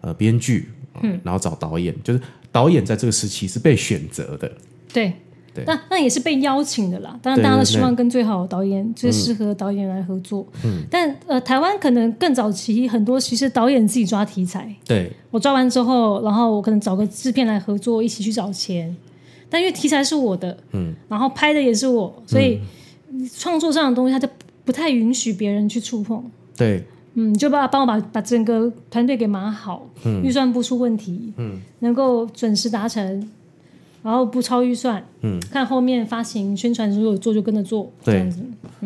Speaker 1: 呃编剧，嗯，然后找导演，就是导演在这个时期是被选择的，
Speaker 2: 对。
Speaker 1: 对
Speaker 2: 那那也是被邀请的啦，当
Speaker 1: 对
Speaker 2: 然大家
Speaker 1: 对对
Speaker 2: 都
Speaker 1: 嗯
Speaker 2: 希望跟最好的导演、最适合的导演来合作。嗯，但呃，台湾可能更早期很多，其实导演自己抓题材，
Speaker 1: 对，
Speaker 2: 我抓完之后，然后我可能找个制片来合作，一起去找钱。但因为题材是我的，嗯，然后拍的也是我，所以创作上的东西，他就不太允许别人去触碰。
Speaker 1: 对，
Speaker 2: 嗯，就把帮我把把整个团队给码好，预算不出问题，嗯，能够准时达成，然后不超预算，嗯，看后面发行宣传如果有做就跟着做，
Speaker 1: 对
Speaker 2: 这样子，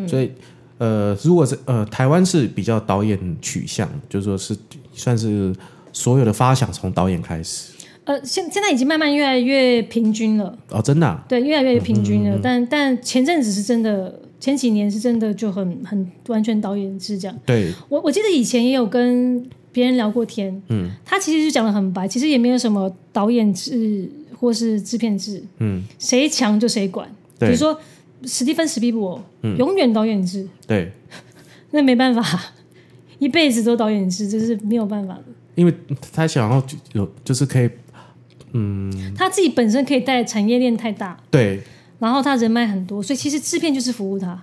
Speaker 1: 所以呃，如果是呃，台湾是比较导演取向，就是说是算是所有的发想从导演开始
Speaker 2: 呃，现现在已经慢慢越来越平均了。
Speaker 1: 哦，真的啊、
Speaker 2: 对，越来越平均了。但但前阵子是真的，前几年是真的就很很完全导演制这样。
Speaker 1: 对
Speaker 2: 我我记得以前也有跟别人聊过天，嗯，他其实就讲的很白，其实也没有什么导演制或是制片制，嗯，谁强就谁管。比
Speaker 1: 对
Speaker 2: 如说史蒂芬史皮博，永远导演制，
Speaker 1: 对，
Speaker 2: 那没办法，一辈子都导演制，这是没有办法的。
Speaker 1: 因为他想要就有就是可以
Speaker 2: 他自己本身可以带产业链太大，
Speaker 1: 对
Speaker 2: 然后他人脉很多，所以其实制片就是服务他。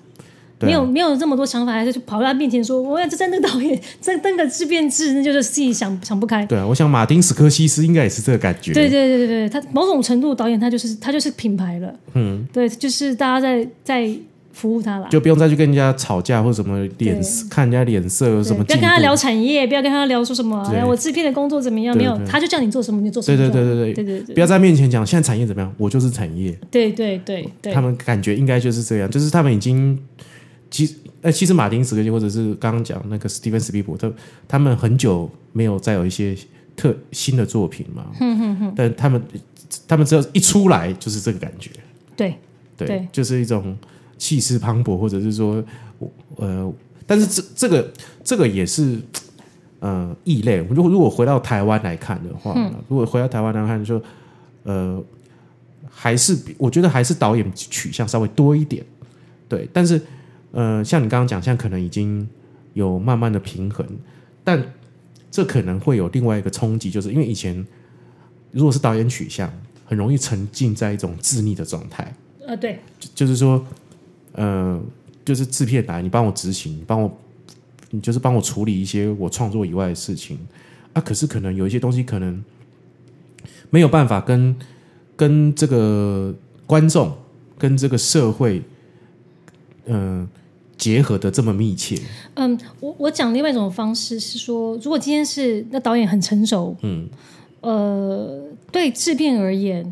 Speaker 1: 对
Speaker 2: 没有
Speaker 1: 啊
Speaker 2: 没有这么多想法，还是去跑到他面前说我要真的导演， 真登个自变制，那就是自己想想不开。
Speaker 1: 对啊，我想马丁斯科西斯应该也是这个感觉，
Speaker 2: 对对对对对，他某种程度导演他就是他就是品牌了，嗯，对，就是大家在在服务他啦。
Speaker 1: 就不用再去跟人家吵架或什么脸色看人家脸色有
Speaker 2: 对
Speaker 1: 什么
Speaker 2: 不要
Speaker 1: 进
Speaker 2: 跟他
Speaker 1: 度
Speaker 2: 聊产业，不要跟他聊说什么，
Speaker 1: 对
Speaker 2: 哎，我制片的工作怎么样？
Speaker 1: 对
Speaker 2: 没有
Speaker 1: 对，
Speaker 2: 他就叫你做什么你就做什
Speaker 1: 对
Speaker 2: 么。
Speaker 1: 对对
Speaker 2: 这样
Speaker 1: 对对，
Speaker 2: 对对
Speaker 1: 不要在面前讲现在产业怎么样，我就是产业，
Speaker 2: 对对对对
Speaker 1: 他们感觉应该就是这样，就是他们已经其实呃，其实马丁·斯科西或者是刚刚讲那个史蒂芬·斯皮伯特，他们很久没有再有一些特新的作品嘛，嗯嗯嗯，但他们他们只要一出来就是这个感觉，
Speaker 2: 对
Speaker 1: 对，
Speaker 2: 对
Speaker 1: 就是一种气势磅礴，或者是说我呃，但是这这个这个也是。呃，异类。如果如果回到台湾来看的话，如果回到台湾来看就呃，还是比我觉得还是导演取向稍微多一点，对。但是呃，像你刚刚讲，现在可能已经有慢慢的平衡，但这可能会有另外一个冲击，就是因为以前如果是导演取向，很容易沉浸在一种自溺的状态，
Speaker 2: 呃对
Speaker 1: 就就是说，呃，就是制片来，你帮我执行，你帮我，你就是帮我处理一些我创作以外的事情啊，可是可能有一些东西可能没有办法跟跟这个观众跟这个社会，嗯、结合的这么密切，
Speaker 2: 嗯，我我讲另外一种方式是说，如果今天是那导演很成熟，
Speaker 1: 嗯，
Speaker 2: 呃，对制片而言，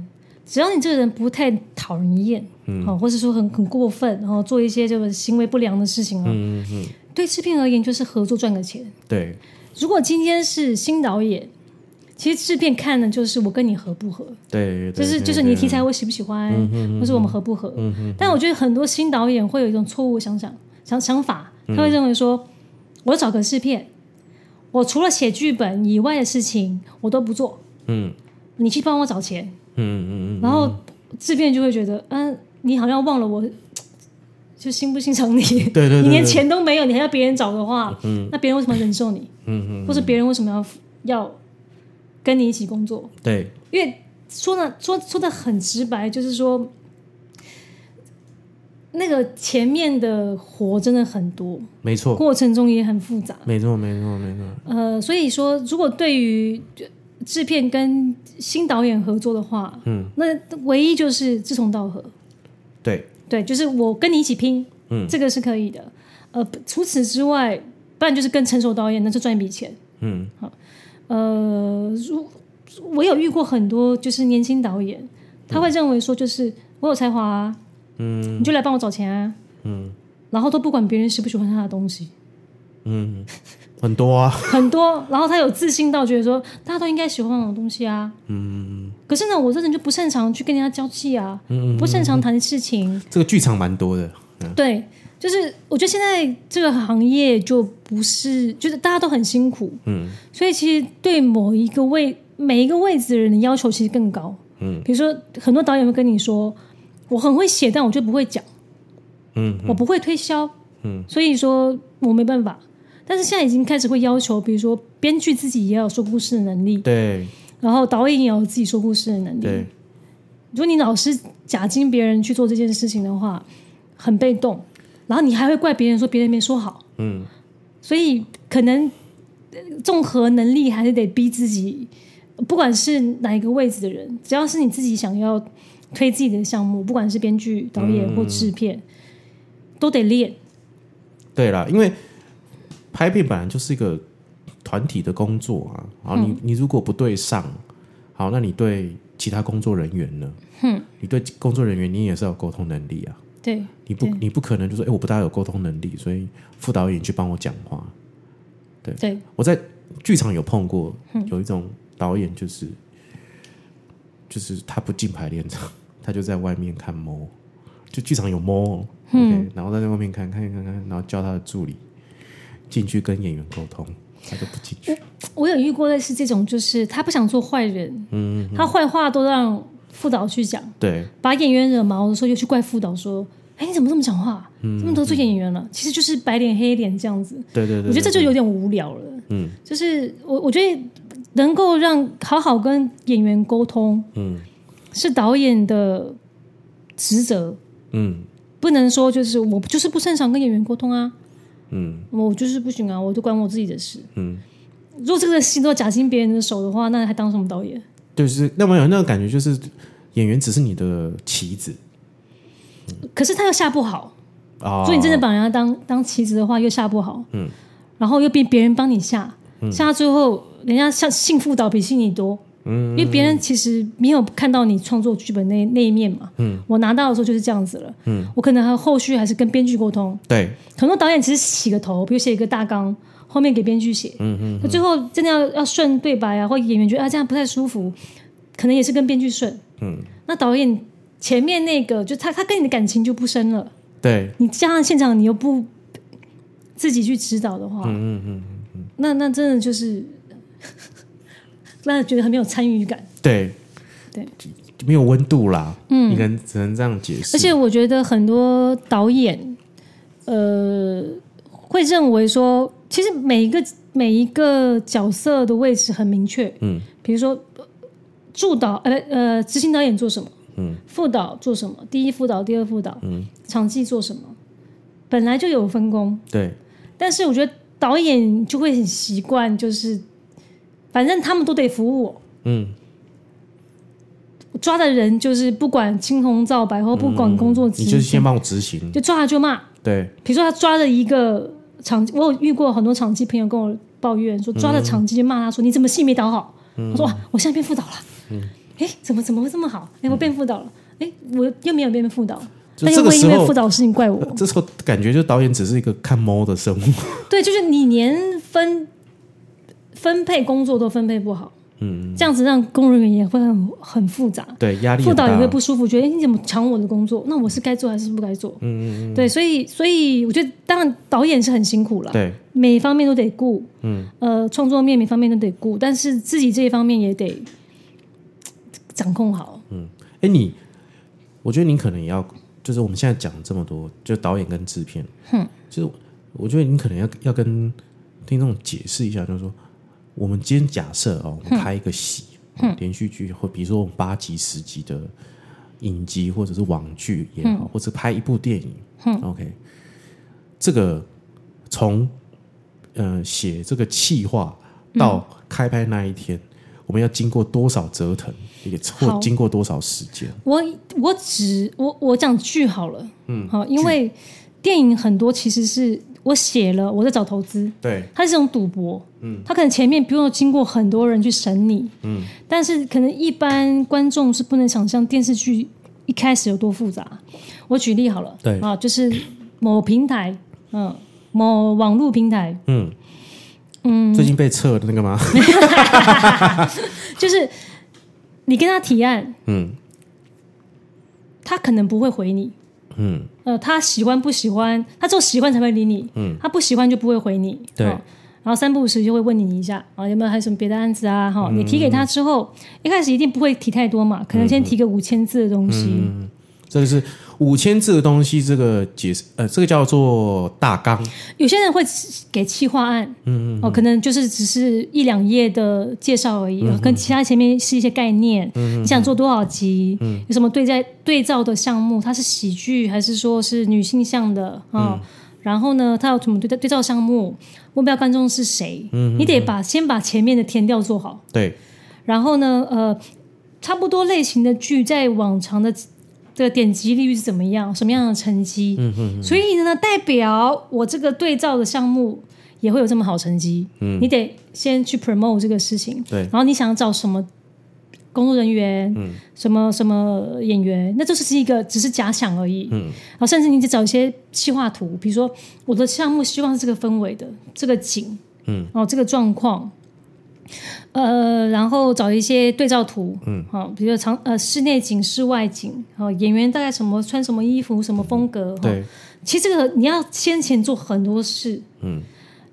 Speaker 2: 只要你这个人不太讨人厌，嗯，哦，或是说很很过分，然、后做一些这个行为不良的事情啊，
Speaker 1: 嗯嗯，
Speaker 2: 对制片而言就是合作赚个钱。
Speaker 1: 对，
Speaker 2: 如果今天是新导演，其实制片看的就是我跟你合不合，
Speaker 1: 对，对
Speaker 2: 就是
Speaker 1: 对
Speaker 2: 就是
Speaker 1: 对嗯
Speaker 2: 你题材我喜不喜欢，或是我们合不合。但我觉得很多新导演会有一种错误想想想想法，
Speaker 1: 嗯
Speaker 2: 他会认为说，我找个制片，我除了写剧本以外的事情我都不做，
Speaker 1: 嗯
Speaker 2: 你去帮我找钱，
Speaker 1: 嗯嗯嗯，
Speaker 2: 然后制片就会觉得，嗯、你好像忘了我。就欣不欣赏你？
Speaker 1: 对对
Speaker 2: 你
Speaker 1: 对
Speaker 2: 连钱都没有，你还要别人找的话，那别人为什么要忍受你？
Speaker 1: 嗯嗯，
Speaker 2: 或者别人为什么要要跟你一起工作？
Speaker 1: 对，
Speaker 2: 因为说呢，说说的很直白，就是说，那个前面的活真的很多，
Speaker 1: 没错，
Speaker 2: 过程中也很复杂。
Speaker 1: 没错，没错，没错，
Speaker 2: 呃，所以说，如果对于呃制片跟新导演合作的话，
Speaker 1: 嗯，
Speaker 2: 那唯一就是志同道合，
Speaker 1: 对，
Speaker 2: 对，就是我跟你一起拼，
Speaker 1: 嗯
Speaker 2: 这个是可以的。呃，除此之外，不然就是跟成熟导演，那就赚一笔钱。
Speaker 1: 嗯
Speaker 2: 呃，如我有遇过很多就是年轻导演，他会认为说就是我有才华、啊，
Speaker 1: 嗯
Speaker 2: 你就来帮我找钱啊，
Speaker 1: 嗯
Speaker 2: 然后都不管别人喜不喜欢他的东西，
Speaker 1: 嗯，很多啊，
Speaker 2: 很多，然后他有自信到觉得说大家都应该喜欢我的东西啊，
Speaker 1: 嗯，
Speaker 2: 可是呢，我这人就不擅长去跟人家交际啊，
Speaker 1: 嗯
Speaker 2: 不擅长谈事情，
Speaker 1: 这个剧场蛮多的，嗯
Speaker 2: 对，就是我觉得现在这个行业就不是，就是大家都很辛苦，
Speaker 1: 嗯
Speaker 2: 所以其实对某一个位每一个位置的人的要求其实更高。
Speaker 1: 嗯，
Speaker 2: 比如说很多导演会跟你说，我很会写，但我就不会讲，
Speaker 1: 嗯
Speaker 2: 我不会推销，
Speaker 1: 嗯，
Speaker 2: 所以说我没办法。但是现在已经开始会要求，比如说编剧自己也要有说故事的能力，
Speaker 1: 对
Speaker 2: 然后导演也要有自己说故事的能力
Speaker 1: 对。，
Speaker 2: 如果你老是假经别人去做这件事情的话，很被动，然后你还会怪别人说别人没说好，
Speaker 1: 嗯
Speaker 2: 所以可能呃综合能力还是得逼自己，不管是哪一个位置的人，只要是你自己想要推自己的项目，不管是编剧、导演或制片，都得练。
Speaker 1: 对啦，因为拍片本来就是一个团体的工作啊，好，你你如果不对上，好，那你对其他工作人员呢？嗯，你对工作人员你也是要有沟通能力啊，
Speaker 2: 对，
Speaker 1: 你不
Speaker 2: 对
Speaker 1: 你不可能就说，哎，我不大有沟通能力，所以副导演去帮我讲话，
Speaker 2: 对，
Speaker 1: 我在剧场有碰过，
Speaker 2: 嗯
Speaker 1: 有一种导演就是，就是他不进排练场， 他就在外面看猫，就剧场有猫、哦
Speaker 2: 嗯
Speaker 1: o k 然后在外面看看看看，然后叫他的助理进去跟演员沟通，他就不进
Speaker 2: 嗯
Speaker 1: 去。
Speaker 2: 我有遇过类似这种，就是他不想做坏人，嗯，他坏话都让副导去讲，
Speaker 1: 对
Speaker 2: 把演员惹毛的时候又去怪副导说。哎，你怎么这么讲话？
Speaker 1: 嗯
Speaker 2: 这么得罪演员了？其实就是白脸黑脸这样子。
Speaker 1: 对对对，
Speaker 2: 我觉得这就
Speaker 1: 对
Speaker 2: 有点无聊了。
Speaker 1: 嗯
Speaker 2: 就是我我觉得能够让好好跟演员沟通
Speaker 1: 嗯
Speaker 2: 是导演的职责，
Speaker 1: 嗯
Speaker 2: 不能说就是我就是不擅长跟演员沟通啊，
Speaker 1: 嗯
Speaker 2: 我就是不行啊，我就管我自己的事。
Speaker 1: 嗯，
Speaker 2: 如果这个戏都夹进别人的手的话，那还当什么导演？
Speaker 1: 就是那么有那个感觉，就是演员只是你的棋子
Speaker 2: 可是他又下不好，
Speaker 1: 啊，
Speaker 2: 所以你真的把人家当当棋子的话，又下不好，
Speaker 1: 嗯，
Speaker 2: 然后又被别人帮你下，下到最后人家像幸福导比幸你多，
Speaker 1: 嗯，
Speaker 2: 因为别人其实没有看到你创作剧本那那一面嘛，嗯，我拿到的时候就是这样子了，嗯，我可能还有后续还是跟编剧沟通，
Speaker 1: 对
Speaker 2: 很多导演其实洗个头，比如写一个大纲，后面给编剧写，嗯嗯，那最后真的要要顺对白啊，或演员觉得啊这样不太舒服，可能也是跟编剧顺，
Speaker 1: 嗯
Speaker 2: 那导演前面那个就他他跟你的感情就不深了。
Speaker 1: 对
Speaker 2: 你加上现场你又不自己去指导的话，
Speaker 1: 嗯嗯嗯
Speaker 2: 那那真的就是 让人觉得很没有参与感。
Speaker 1: 对
Speaker 2: 对，
Speaker 1: 没有温度啦，嗯，你能只能这样解释，
Speaker 2: 而且我觉得很多导演，呃，会认为说，其实每一个每一个角色的位置很明确，
Speaker 1: 嗯，
Speaker 2: 比如说呃助导，呃呃，执行导演做什么，
Speaker 1: 嗯，
Speaker 2: 副导做什么，第一副导、第二副导，嗯，场记做什么，本来就有分工，
Speaker 1: 对
Speaker 2: 但是我觉得导演就会很习惯，就是反正他们都得服务我。嗯，抓的人就是不管青红皂白，或不管工作
Speaker 1: 嗯
Speaker 2: 职
Speaker 1: 你就是先帮我执行，
Speaker 2: 就抓他就骂。
Speaker 1: 对，
Speaker 2: 比如说他抓了一个场，我有遇过很多场记朋友跟我抱怨
Speaker 1: 嗯
Speaker 2: 说，抓了场记就骂他说、你怎么戏没导好？我说哇，我现在变副导了。
Speaker 1: 嗯
Speaker 2: 哎、怎么怎么会这么好？哎，我变副导了。哎，我又没有变副导，
Speaker 1: 就
Speaker 2: 但又
Speaker 1: 这个
Speaker 2: 不会因
Speaker 1: 时
Speaker 2: 为
Speaker 1: 候
Speaker 2: 副，导的事情怪我。
Speaker 1: 这时候感觉就导演只是一个看猫的生物，
Speaker 2: 对，就是你连分分配工作都分配不好，嗯，这样子让工人员也会很很复杂，
Speaker 1: 对，压力
Speaker 2: 副
Speaker 1: 很
Speaker 2: 导
Speaker 1: 大。
Speaker 2: 也会不舒服，觉得诶你怎么抢我的工作？那我是该做还是不该做？嗯嗯嗯，对，所以所以我觉得，当然导演是很辛苦了，
Speaker 1: 对，
Speaker 2: 每一方面都得顾，嗯，呃，创作面每方面都得顾，但是自己这一方面也得掌控好。
Speaker 1: 哎，你，我觉得你可能也要，就是我们现在讲这么多，就导演跟制片，嗯，就是我觉得你可能要要跟听众解释一下，就是说，我们今天假设哦，我们拍一个戏，哦连续剧，或比如说我们八集、十集的影集，或者是网剧也好，或者拍一部电影，嗯，OK，这个从呃写这个企划到开拍那一天。我们要经过多少折腾，也或
Speaker 2: 好
Speaker 1: 经过多少时间？
Speaker 2: 我我只我我讲剧好了，嗯，好，因为电影很多其实是我写了，我在找投资，
Speaker 1: 对，
Speaker 2: 它是一种赌博，嗯，它可能前面不用经过很多人去审你，嗯，但是可能一般观众是不能想象电视剧一开始有多复杂。我举例好了，
Speaker 1: 对
Speaker 2: 啊，就是某平台，嗯，某网络平台，
Speaker 1: 嗯嗯，最近被撤的那个吗？
Speaker 2: 就是你跟他提案，
Speaker 1: 嗯
Speaker 2: 他可能不会回你，
Speaker 1: 嗯，
Speaker 2: 呃，他喜欢不喜欢，他只有喜欢才会理你，嗯，他不喜欢就不会回你，
Speaker 1: 对
Speaker 2: 哦然后三不五时就会问你一下，啊，有没有还有什么别的案子啊？哈、
Speaker 1: 嗯
Speaker 2: 你提给他之后，一开始一定不会提太多嘛，可能
Speaker 1: 嗯
Speaker 2: 先提个五千字的东西，
Speaker 1: 这个是五千字的东西，这个解释呃，这个叫做大纲。
Speaker 2: 有些人会给企划案，嗯嗯，哦，可能就是只是一两页的介绍而已，跟其他前面是一些概念，嗯、你想做多少集，嗯、有什么对在对照的项目，它是喜剧还是说是女性向的啊？哦然后呢，它有什么对照对照项目，目标观众是谁？嗯、你得把先把前面的填调做好，
Speaker 1: 对，
Speaker 2: 然后呢，呃，差不多类型的剧在往常的的点击率是怎么样，什么样的成绩？嗯嗯。所以呢，代表我这个对照的项目也会有这么好成绩。嗯，你得先去 promote 这个事情。
Speaker 1: 对
Speaker 2: 然后你想找什么工作人员？嗯。什么什么演员？那就是是一个只是假想而已。嗯。然后甚至你得找一些企划图，比如说我的项目希望是这个氛围的，这个景。嗯。哦，这个状况。呃，然后找一些对照图，嗯，好、比如说长呃室内景、室外景，好、演员大概什么穿什么衣服、什么风格，哈、
Speaker 1: 对，
Speaker 2: 其实这个你要先前做很多事，嗯，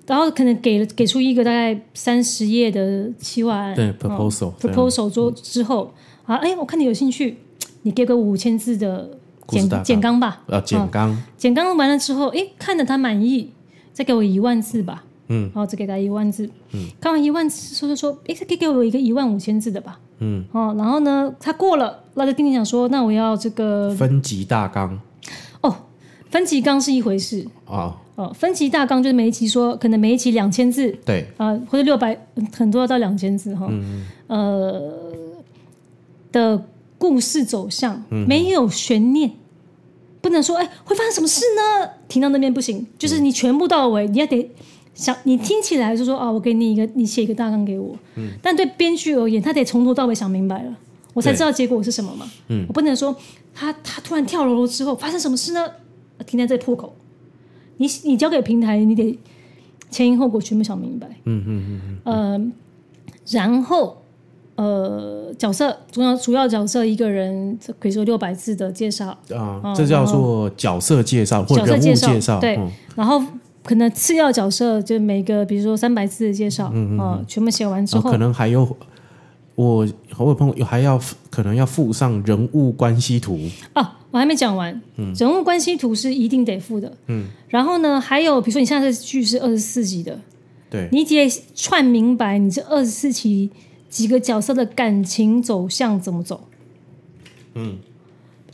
Speaker 2: 然后可能给了给出一个大概三十页的企划案，
Speaker 1: 对
Speaker 2: 哦
Speaker 1: proposal，对啊嗯
Speaker 2: proposal 之后之后啊，哎，我看你有兴趣，你给个五千字的
Speaker 1: 故事大
Speaker 2: 简
Speaker 1: 纲
Speaker 2: 简哦纲吧，
Speaker 1: 呃，简纲，
Speaker 2: 简纲完了之后，诶，看着他满意，再给我一万字吧。
Speaker 1: 嗯，
Speaker 2: 然后只给他一万字。嗯，看完一万字之后就说，诶，再给给我一个一万五千字的吧。
Speaker 1: 嗯，
Speaker 2: 哦，然后呢，他过了，那就跟你讲说，那我要这个
Speaker 1: 分级大纲
Speaker 2: 哦，分级纲是一回事
Speaker 1: 啊，
Speaker 2: 哦，分级大纲就是每一集说，可能每一集两千字，
Speaker 1: 对，
Speaker 2: 呃，或者六百很多要到两千字哈，呃的故事走向、没有悬念，不能说哎会发生什么事呢？停到那边不行，就是你全部到位，你要得想，你听起来就说啊，我给你一个，你写一个大纲给我，但对编剧而言，他得从头到尾想明白了，我才
Speaker 1: 对
Speaker 2: 知道结果是什么嘛，我不能说他他突然跳楼之后发生什么事呢？停在这破口，你你交给平台，你得前因后果全部想明白。嗯嗯嗯。呃，然后呃，角色主要主要角色一个人，比如说六百字的介绍，
Speaker 1: 啊，这叫做角色介绍或
Speaker 2: 哦角
Speaker 1: 人
Speaker 2: 色
Speaker 1: 物
Speaker 2: 介
Speaker 1: 介绍，
Speaker 2: 对
Speaker 1: 嗯，
Speaker 2: 然后可能次要角色就每个比如说三百字的介绍，嗯哦全部写完之
Speaker 1: 然后
Speaker 2: 后
Speaker 1: 啊可，能还有。我我有朋友还要可能要附上人物关系图，
Speaker 2: 哦，我还没讲完。人物关系图是一定得付的。嗯，然后呢，还有比如说你现在这剧是二十四集的，
Speaker 1: 对
Speaker 2: 你得串明白你这二十四集几个角色的感情走向怎么走。嗯，
Speaker 1: 嗯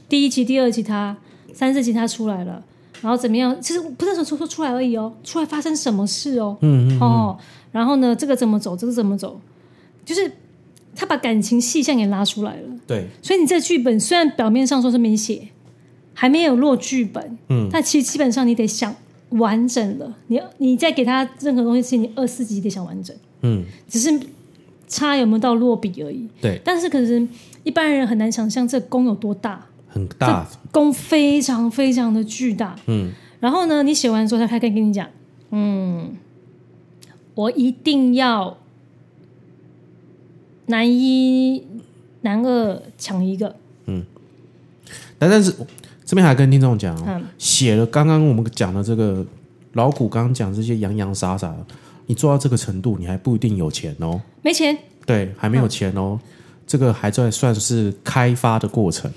Speaker 2: 第一集、第二集他，三四集他出来了，然后怎么样？其实不是说说说出来而已哦，出来发生什么事哦。嗯嗯哦，然后呢，这个怎么走？这个怎么走？就是他把感情细项给拉出来了。
Speaker 1: 对，
Speaker 2: 所以你这剧本虽然表面上说是没写，还没有落剧本，嗯，但其实基本上你得想完整了。你你再给他任何东西之前，你二四集得想完整，
Speaker 1: 嗯，
Speaker 2: 只是差有没有到落笔而已。
Speaker 1: 对，
Speaker 2: 但是可是一般人很难想象这功有多大，
Speaker 1: 很大，
Speaker 2: 功非常非常的巨大。
Speaker 1: 嗯，
Speaker 2: 然后呢，你写完之后，他开始跟你讲，嗯，我一定要男一、男二抢一个，
Speaker 1: 但但是这边还跟听众讲、哦，
Speaker 2: 嗯，
Speaker 1: 写了刚刚我们讲的这个老古刚刚讲这些洋洋洒洒，你做到这个程度，你还不一定有钱哦。
Speaker 2: 没钱，
Speaker 1: 对，还没有钱哦，这个还在算是开发的过程。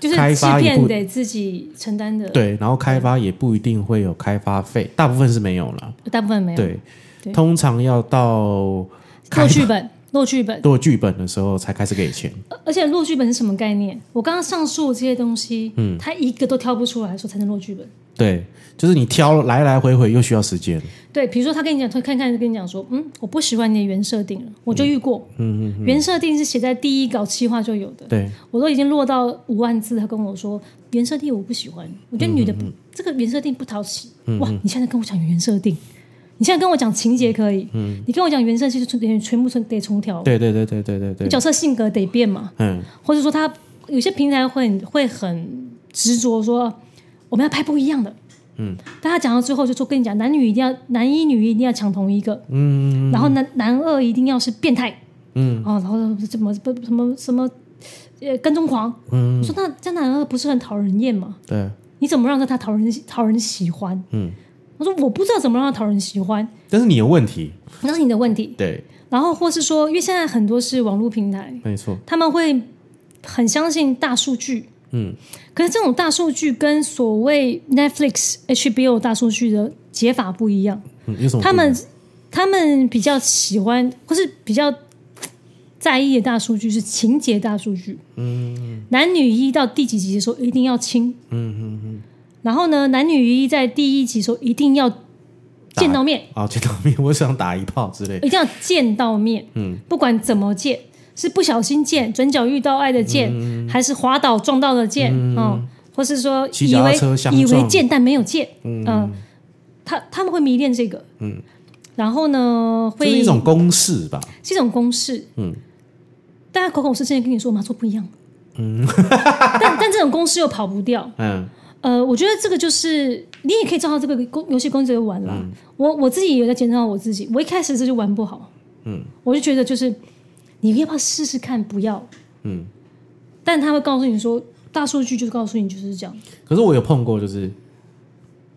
Speaker 2: 就是
Speaker 1: 开
Speaker 2: 欺
Speaker 1: 发也
Speaker 2: 骗
Speaker 1: 不
Speaker 2: 得自己承担的，
Speaker 1: 对，然后开发也不一定会有开发费，大部分是没有啦。
Speaker 2: 大部分没有。
Speaker 1: 对，
Speaker 2: 对
Speaker 1: 通常要到
Speaker 2: 落
Speaker 1: 开
Speaker 2: 剧本，落剧本，
Speaker 1: 做剧本的时候才开始给钱。
Speaker 2: 而而且落剧本是什么概念？我刚刚上述这些东西，嗯，他一个都挑不出来，说才能落剧本。
Speaker 1: 对，就是你挑来来回回又需要时间。
Speaker 2: 对，比如说他跟你讲，他看看跟你讲说，嗯，我不喜欢你的原设定了，我就遇过，嗯嗯，原设定是写在第一稿企划就有的，
Speaker 1: 对，
Speaker 2: 我都已经落到五万字，他跟我说原设定我不喜欢，我觉得女的不、这个原设定不讨喜。哇，你现在跟我讲原设定，你现在跟我讲情节可以，你跟我讲原设定就全全部重得重调，
Speaker 1: 对对对对对对对，
Speaker 2: 角色性格得变嘛，
Speaker 1: 嗯，
Speaker 2: 或者说他有些平台会很会很执着说我们要拍不一样的。嗯，但他讲到最后就说跟你讲，男女一定要男一女一定要抢同一个，嗯，然后男男二一定要是变态，嗯，哦，然后怎么不什么什么呃跟踪狂，嗯，我说那这样男二不是很讨人厌吗？
Speaker 1: 对，
Speaker 2: 你怎么让他讨人讨人喜欢？
Speaker 1: 嗯，
Speaker 2: 我说我不知道怎么让他讨人喜欢，
Speaker 1: 但是你有问题。
Speaker 2: 那是你的问题。
Speaker 1: 对，
Speaker 2: 然后或是说，因为现在很多是网络平台，
Speaker 1: 没错。
Speaker 2: 他们会很相信大数据。
Speaker 1: 嗯，
Speaker 2: 可是这种大数据跟所谓 Netflix、HBO 大数据的解法不一样，
Speaker 1: 嗯，有什么不一样？
Speaker 2: 他们他们比较喜欢或是比较在意的大数据是情节大数据。嗯，男女一到第几集的时候一定要亲。嗯嗯嗯。然后呢，男女一在第一集的时候一定要
Speaker 1: 打
Speaker 2: 见到面。
Speaker 1: 啊，见到面，我想打一炮之类的。
Speaker 2: 一定要见到面，
Speaker 1: 嗯
Speaker 2: 不管怎么见，是不小心见、转角遇到爱的见，还是滑倒撞到的见，嗯，或是说
Speaker 1: 嗯骑
Speaker 2: 以
Speaker 1: 脚踏
Speaker 2: 为
Speaker 1: 车相撞
Speaker 2: 呃以为见但没有见，嗯，他他们会迷恋这个，嗯，然后呢，
Speaker 1: 这
Speaker 2: 会
Speaker 1: 是一种公式吧？
Speaker 2: 是一种公式，嗯，大家口口声声地跟你说我们要做不一样，嗯，但但这种公式又跑不掉，
Speaker 1: 嗯，
Speaker 2: 呃，我觉得这个就是你也可以照到这个公游戏规则玩啦。我我自己也在检讨我自己，我一开始这就玩不好，嗯，我就觉得就是你要不要试试看，不要，
Speaker 1: 嗯，
Speaker 2: 但他会告诉你说，大数据就是告诉你就是这样，
Speaker 1: 可是我有碰过，就是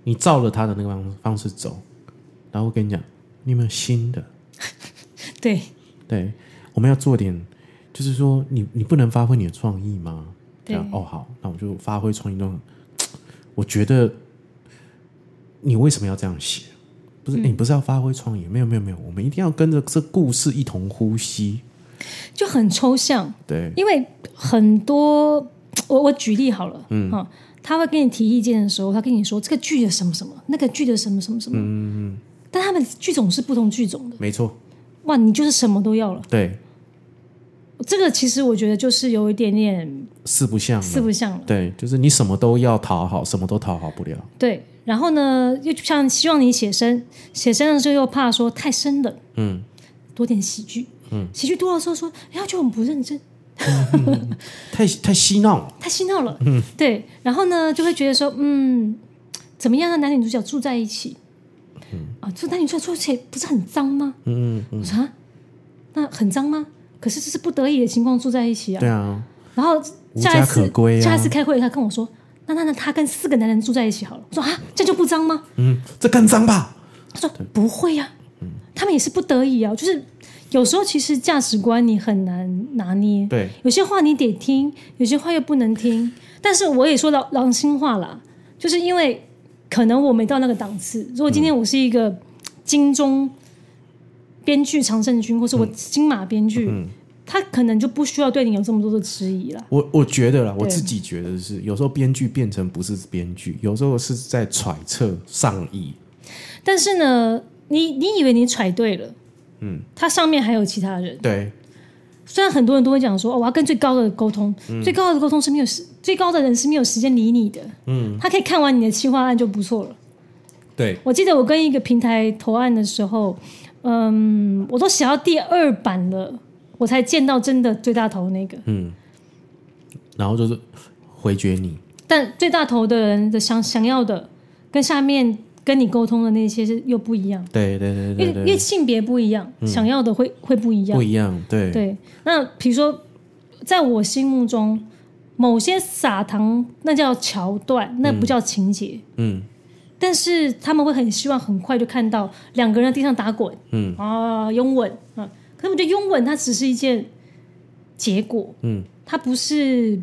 Speaker 1: 你照着他的那个方方式走，然后我跟你讲，你有没有新的？
Speaker 2: 对
Speaker 1: 对，我们要做点，就是说你你不能发挥你的创意吗？这
Speaker 2: 对
Speaker 1: 样哦，好，那我就发挥创意那种。我觉得你为什么要这样写？不是、
Speaker 2: 嗯
Speaker 1: 你不是要发挥创意？没有没有没有，我们一定要跟着这故事一同呼吸。
Speaker 2: 就很抽象，
Speaker 1: 对，
Speaker 2: 因为很多我我举例好了，嗯啊，他会给你提意见的时候，他跟你说这个剧的什么什么，那个剧的什么什么什么，嗯嗯，但他们剧种是不同剧种的，
Speaker 1: 没错，
Speaker 2: 哇，你就是什么都要了。
Speaker 1: 对，
Speaker 2: 这个其实我觉得就是有一点点
Speaker 1: 四不像了，啊
Speaker 2: 四不像了，
Speaker 1: 对，就是你什么都要讨好，什么都讨好不了。
Speaker 2: 对。然后呢，又像希望你写生，写生的时候又怕说太生冷，
Speaker 1: 嗯，
Speaker 2: 多点喜剧，嗯，喜剧多的时候说，哎呀，就很不认真，
Speaker 1: 太太嬉闹了。
Speaker 2: 太嬉闹了，嗯，对。然后呢，就会觉得说，嗯，怎么样让男女主角住在一起？啊，这男女主角住在一起不是很脏吗？
Speaker 1: 嗯，
Speaker 2: 我说啊，那很脏吗？可是这是不得已的情况住在一起啊
Speaker 1: 对。啊，
Speaker 2: 然后
Speaker 1: 无
Speaker 2: 下
Speaker 1: 家
Speaker 2: 一次
Speaker 1: 可归啊
Speaker 2: 下一次开会，他跟我说：“那那那他跟四个男人住在一起好了。”我说：“啊，这样就不脏吗
Speaker 1: 嗯，这更脏吧？？”
Speaker 2: 他说：“不会呀、他们也是不得已啊。”就是有时候其实价值观你很难拿捏，
Speaker 1: 对，
Speaker 2: 有些话你得听，有些话又不能听。但是我也说老良心话啦，就是因为可能我没到那个档次。如果今天我是一个金钟编剧常胜军，或是我
Speaker 1: 嗯
Speaker 2: 金马编剧，他可能就不需要对你有这么多的质疑了。
Speaker 1: 我我觉得啦，我
Speaker 2: 对
Speaker 1: 自己觉得是，有时候编剧变成不是编剧，有时候是在揣测上意。
Speaker 2: 但是呢，你你以为你揣对了，嗯，它上面还有其他人，
Speaker 1: 对，
Speaker 2: 虽然很多人都会讲说，哦，我要跟最高的沟通，
Speaker 1: 嗯
Speaker 2: 最高的沟通是没有时，最高的人是没有时间理你的，嗯，他可以看完你的企划案就不错了。
Speaker 1: 对，
Speaker 2: 我记得我跟一个平台投案的时候，嗯，我都写到第二版了，我才见到真的最大头那个，
Speaker 1: 嗯然后就是回绝你，
Speaker 2: 但最大头的人的想想要的，跟下面跟你沟通的那些是又不一样，
Speaker 1: 对对对
Speaker 2: 因为
Speaker 1: 对嗯
Speaker 2: 因为
Speaker 1: 对，
Speaker 2: 性别不一样，想要的会会不一样
Speaker 1: 不。一样，对
Speaker 2: 对，那比如说，在我心目中，某些撒糖那叫桥段，那不叫情节。
Speaker 1: 嗯
Speaker 2: 但是他们会很希望很快就看到两个人在地上打滚，
Speaker 1: 嗯
Speaker 2: 啊，拥吻啊。可是我觉得拥吻它只是一件结果，
Speaker 1: 嗯，
Speaker 2: 它不是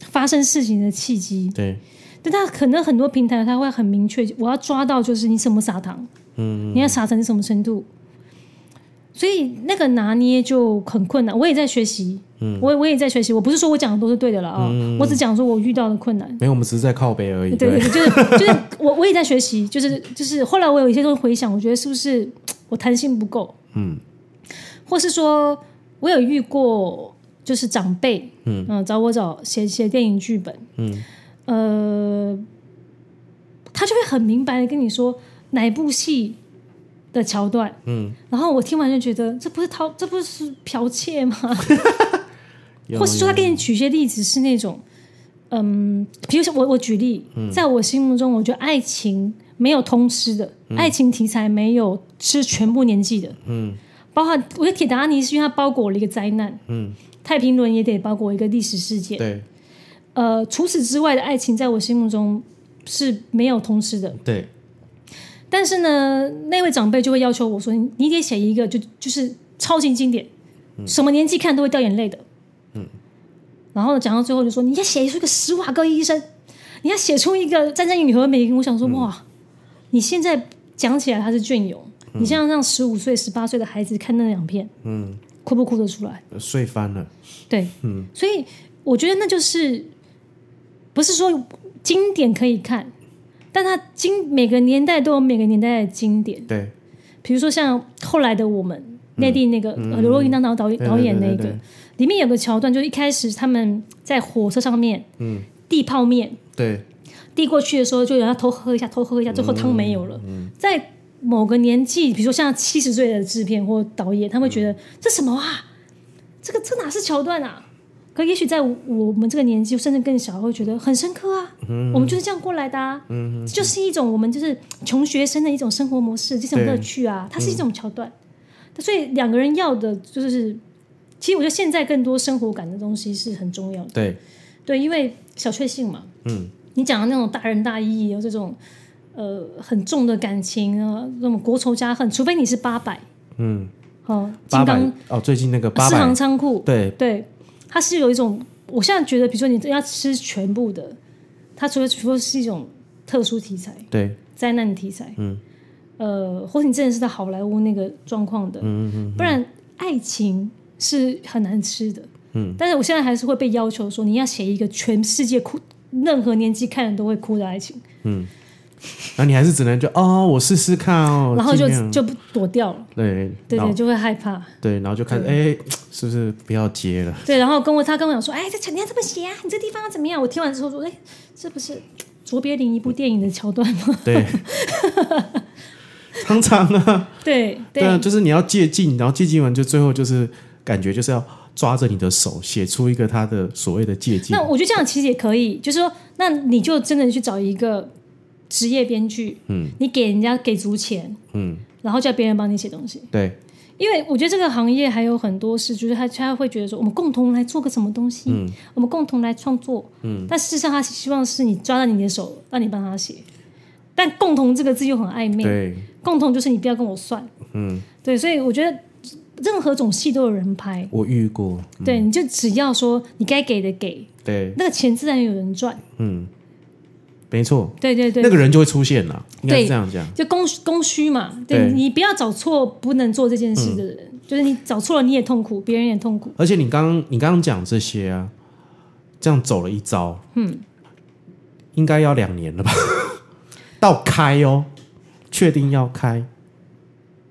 Speaker 2: 发生事情的契机。
Speaker 1: 对，
Speaker 2: 但它可能很多平台它会很明确，我要抓到就是你什么撒糖，
Speaker 1: 嗯
Speaker 2: 你要撒成什么程度，所以那个拿捏就很困难。我也在学习，
Speaker 1: 嗯
Speaker 2: 我我也在学习。我不是说我讲的都是对的了啊、我只讲说我遇到的困难。
Speaker 1: 没有，我们只是在靠背而已，
Speaker 2: 对对
Speaker 1: 嗯对，
Speaker 2: 对，就是就是 我我也在学习，就是就是后来我有一些东西回想，我觉得是不是我弹性不够，
Speaker 1: 嗯
Speaker 2: 或是说我有遇过就是长辈，
Speaker 1: 嗯
Speaker 2: 找我找写写电影剧本，
Speaker 1: 嗯
Speaker 2: 呃，他就会很明白的跟你说哪一部戏的桥段，
Speaker 1: 嗯，
Speaker 2: 然后我听完就觉得这不是掏，这不是剽窃吗？
Speaker 1: 有
Speaker 2: 或是说他给你举一些例子是那种，嗯，比如说我我举例，
Speaker 1: 嗯
Speaker 2: 在我心目中，我觉得爱情没有通吃的，爱情题材没有吃全部年纪的，
Speaker 1: 嗯
Speaker 2: 包含我觉得铁达尼是因为它包裹了一个灾难，
Speaker 1: 嗯，
Speaker 2: 太平轮也得包裹一个历史事件，
Speaker 1: 对
Speaker 2: 呃，除此之外的爱情，在我心目中是没有通吃的。
Speaker 1: 对，
Speaker 2: 但是呢，那位长辈就会要求我说：“你你得写一个就就是超级经典，什么年纪看都会掉眼泪的。”嗯，然后呢讲到最后就说：“你要写出一个施瓦格医生，你要写出一个战争与和平。”我想说：“哇，你现在讲起来他是隽永，你现在让十五岁、十八岁的孩子看那两片，
Speaker 1: 嗯，
Speaker 2: 哭不哭得出来？
Speaker 1: 呃睡翻了，
Speaker 2: 对，
Speaker 1: 嗯，
Speaker 2: 所以我觉得那就是不是说经典可以看，但它经每个年代都有每个年代的经典。”
Speaker 1: 对，
Speaker 2: 比如说像后来的我们内地那个呃刘若英当导导演
Speaker 1: 对
Speaker 2: 导演那
Speaker 1: 嗯对
Speaker 2: 个
Speaker 1: 对，
Speaker 2: 里面有个桥段，就是一开始他们在火车上面，嗯，递泡面，
Speaker 1: 对
Speaker 2: 递过去的时候就有人要偷喝一下，偷喝一下，最后汤没有了。在某个年纪，比如说像七十岁的制片或导演，他们会觉得、这什么啊，这个这哪是桥段啊？可也许在我们这个年纪，甚至更小，会觉得很深刻啊。我们就是这样过来的啊，这就是一种我们就是穷学生的一种生活模式，这种乐趣啊，它是一种桥段。所以两个人要的就是，其实我觉得现在更多生活感的东西是很重要的。
Speaker 1: 对，
Speaker 2: 对，因为小确幸嘛，
Speaker 1: 嗯，
Speaker 2: 你讲的那种大仁大义，有这种呃很重的感情啊，那种国仇家恨，除非你是八百，
Speaker 1: 嗯，
Speaker 2: 哦，金
Speaker 1: 八百
Speaker 2: 刚
Speaker 1: 哦，最近那个八
Speaker 2: 四行
Speaker 1: 百，
Speaker 2: 仓库，
Speaker 1: 对，
Speaker 2: 对，它是有一种，我现在觉得，比如说你要吃全部的，它除了除了是一种特殊题材，
Speaker 1: 对，
Speaker 2: 灾难题材，
Speaker 1: 嗯，
Speaker 2: 呃，或者你真的是在好莱坞那个状况的，
Speaker 1: 嗯嗯
Speaker 2: 不然爱情是很难吃的。
Speaker 1: 嗯，
Speaker 2: 但是我现在还是会被要求说，你要写一个全世界哭，任何年纪看人都会哭的爱情，
Speaker 1: 然后你还是只能就哦，我试试看哦，
Speaker 2: 然后
Speaker 1: 尽
Speaker 2: 就
Speaker 1: 量
Speaker 2: 就不躲掉了。
Speaker 1: 对
Speaker 2: 对
Speaker 1: 然后
Speaker 2: 对，就会害怕。
Speaker 1: 对，然后就开始哎，是不是不要接了？
Speaker 2: 对，然后跟我他跟我讲说，哎，这你要这么写啊，你这地方要怎么样？我听完之后说，哎，这不是卓别林一部电影的桥段吗？
Speaker 1: 对， 常常啊，
Speaker 2: 对
Speaker 1: 对啊，就是你要借镜，然后借镜完就最后就是感觉就是要抓着你的手，写出一个他的所谓的借镜
Speaker 2: 那。我觉得这样其实也可以，就是说，那你就真的去找一个职业编剧，
Speaker 1: 嗯，
Speaker 2: 你给人家给足钱，
Speaker 1: 嗯，
Speaker 2: 然后叫别人帮你写东西。
Speaker 1: 对，
Speaker 2: 因为我觉得这个行业还有很多事，就是他他会觉得说，我们共同来做个什么东西，
Speaker 1: 嗯
Speaker 2: 我们共同来创作，嗯，但事实上他希望是你抓到你的手，让你帮他写，但共同这个字又很暧昧，
Speaker 1: 对，
Speaker 2: 共同就是你不要跟我算，
Speaker 1: 嗯，
Speaker 2: 对，所以我觉得任何种戏都有人拍，
Speaker 1: 我遇过，
Speaker 2: 对，你就只要说你该给的给，
Speaker 1: 对，
Speaker 2: 那个钱自然有人赚，
Speaker 1: 嗯，没错，
Speaker 2: 对对对
Speaker 1: 那，个人就会出现了，应该
Speaker 2: 对
Speaker 1: 是这样讲。
Speaker 2: 就供供需嘛，对
Speaker 1: 对嗯
Speaker 2: 你不要找错不能做这件事的人，就是你找错了你也痛苦，别人也痛苦。
Speaker 1: 而且你刚刚你刚刚讲这些啊，这样走了一遭，嗯，应该要两年了吧？ 到开哦，确定要开，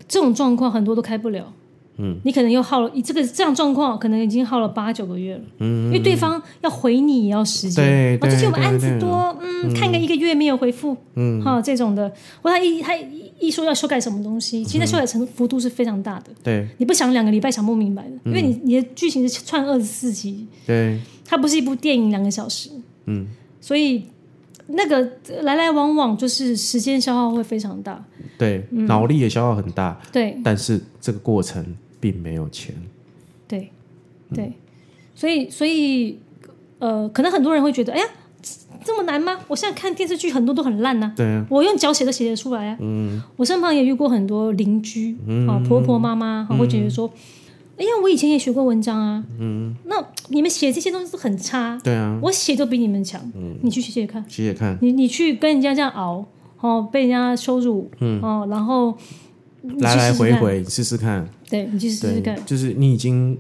Speaker 2: 这种状况很多都开不了，嗯，你可能又耗了，这个这样状况可能已经耗了八九个月了，嗯，因为对方要回你也要时间，
Speaker 1: 对
Speaker 2: 哦，
Speaker 1: 对
Speaker 2: 最近我们
Speaker 1: 对
Speaker 2: 案子
Speaker 1: 对
Speaker 2: 多，嗯，看个一个月没有回复，嗯，哈、这种的，或他一他一一说要修改什么东西，其实那修改程幅度是非常大的，
Speaker 1: 对
Speaker 2: 你不想两个礼拜想不明白的，因为你你的剧情是串二十四集，
Speaker 1: 对，
Speaker 2: 它不是一部电影两个小时，嗯，所以那个呃来来往往就是时间消耗会非常大，
Speaker 1: 对，
Speaker 2: 嗯
Speaker 1: 脑力也消耗很大，
Speaker 2: 对
Speaker 1: 但是这个过程并没有钱。
Speaker 2: 对
Speaker 1: 嗯
Speaker 2: 对，所以所以呃，可能很多人会觉得，哎呀，这这么难吗？我现在看电视剧很多都很烂呐、
Speaker 1: 对啊，
Speaker 2: 我用脚写都写得出来啊！嗯，我身旁也遇过很多邻居
Speaker 1: 嗯
Speaker 2: 啊，婆婆妈妈啊会觉得说：“哎呀，我以前也学过文章啊，嗯，那你们写这些东西都很差，
Speaker 1: 对啊，
Speaker 2: 我写都比你们强，
Speaker 1: 嗯
Speaker 2: 你去写写看。”
Speaker 1: 其实也看
Speaker 2: 你你去跟人家这样熬，哦，被人家羞辱，哦，然后你去
Speaker 1: 嗯来来
Speaker 2: 试试
Speaker 1: 回
Speaker 2: 看，
Speaker 1: 回，你试试看，
Speaker 2: 对你去试试看
Speaker 1: 对，。就是你已经，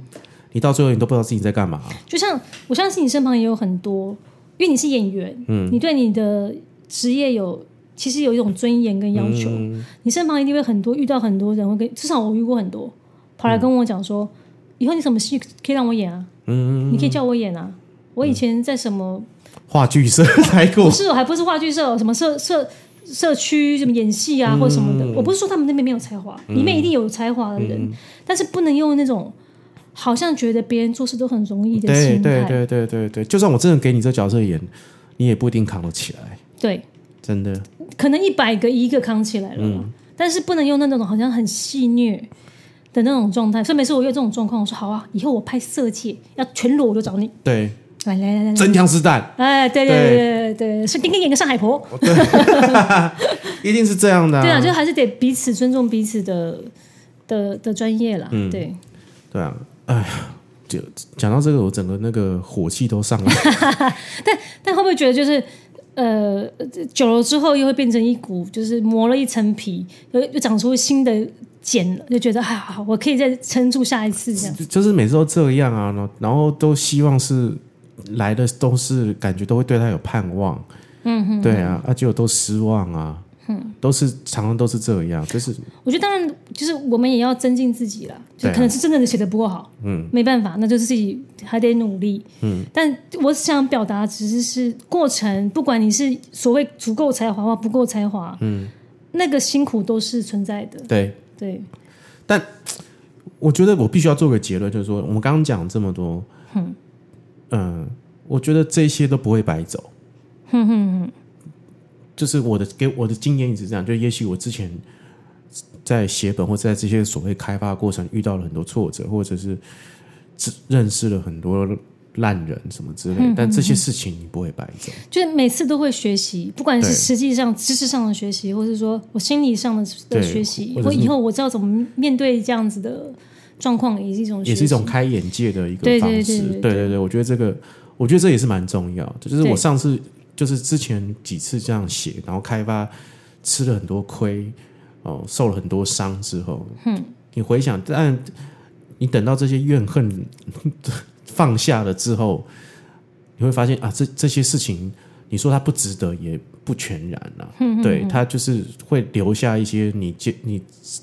Speaker 1: 你到最后你都不知道自己在干嘛。
Speaker 2: 就像我相信你身旁也有很多，因为你是演员，
Speaker 1: 嗯
Speaker 2: 你对你的职业有其实有一种尊严跟要求，
Speaker 1: 嗯
Speaker 2: 你身旁一定会很多遇到很多人会跟，至少我遇过很多，跑来跟我讲说，以后你什么戏可以让我演啊，
Speaker 1: 嗯，
Speaker 2: 你可以叫我演啊。我以前在什么
Speaker 1: 话剧社 来过
Speaker 2: 不，是，我还不是话剧社，哦什么社社社区什么演戏啊，或者什么的。
Speaker 1: 嗯
Speaker 2: 我不是说他们那边没有才华，里面一定有才华的人，但是不能用那种好像觉得别人做事都很容易的
Speaker 1: 对
Speaker 2: 心态。
Speaker 1: 对对对对对，就算我真的给你这角色演，你也不一定扛得起来，
Speaker 2: 对
Speaker 1: 真的。
Speaker 2: 可能一百个一个扛起来了嘛，但是不能用那种好像很戏虐。的那种状态，所以每次我有这种状况，我说好啊，以后我拍色戒要全裸我就找你，
Speaker 1: 对，
Speaker 2: 来来来来来，
Speaker 1: 真枪实弹，
Speaker 2: 哎，对对对对对，是丁丁演个上海婆，
Speaker 1: 一定是这样的、
Speaker 2: 对啊，就还是得彼此尊重彼此的的的专业啦，对，
Speaker 1: 对啊，哎呀，就讲到这个，我整个那个火气都上来。
Speaker 2: 但会不会觉得就是呃，久了之后又会变成一股，就是磨了一层皮，又又长出新的茧了，就觉得哎呀，我可以再撑住下一次这样。
Speaker 1: 就就是每次都这样啊，然后然后都希望是来的都是感觉都会对他有盼望，嗯哼对啊，啊结果都失望啊，嗯，都是常常都是这样，就是
Speaker 2: 我觉得当然就是我们也要增进自己啦，就
Speaker 1: 对啊
Speaker 2: 可能是真的写的不够好，嗯，没办法，那就是自己还得努力，嗯。但我想表达只是是过程，不管你是所谓足够才华或不够才华，嗯，那个辛苦都是存在的，
Speaker 1: 对。
Speaker 2: 对。
Speaker 1: 我觉得我必须要做个结论，就是说我们刚刚讲这么多，嗯、我觉得这些都不会白走，就是我的给我的经验一直是这样，就也许我之前在写本或在这些所谓开发过程遇到了很多挫折，或者是只认识了很多烂人什么之类，但这些事情你不会白走，
Speaker 2: 就是每次都会学习，不管是
Speaker 1: 对
Speaker 2: 实际上知识上的学习，或是说我心理上的的
Speaker 1: 对
Speaker 2: 学习，
Speaker 1: 或者
Speaker 2: 我
Speaker 1: 是
Speaker 2: 以后我知道怎么面对这样子的状况，也是一种学
Speaker 1: 也
Speaker 2: 习
Speaker 1: 是一种开眼界的一个
Speaker 2: 对对
Speaker 1: 方
Speaker 2: 对
Speaker 1: 式。
Speaker 2: 对对
Speaker 1: 对对对，我觉得这个，我觉得这也是蛮重要的。就是
Speaker 2: 对
Speaker 1: 我上次就是之前几次这样写，然后开发吃了很多亏，哦，受了很多伤之后，嗯，你回想，但你等到这些怨恨 放下了之后，你会发现啊，这这些事情。你说它不值得，也不全然啦、对，它就是会留下一些你接你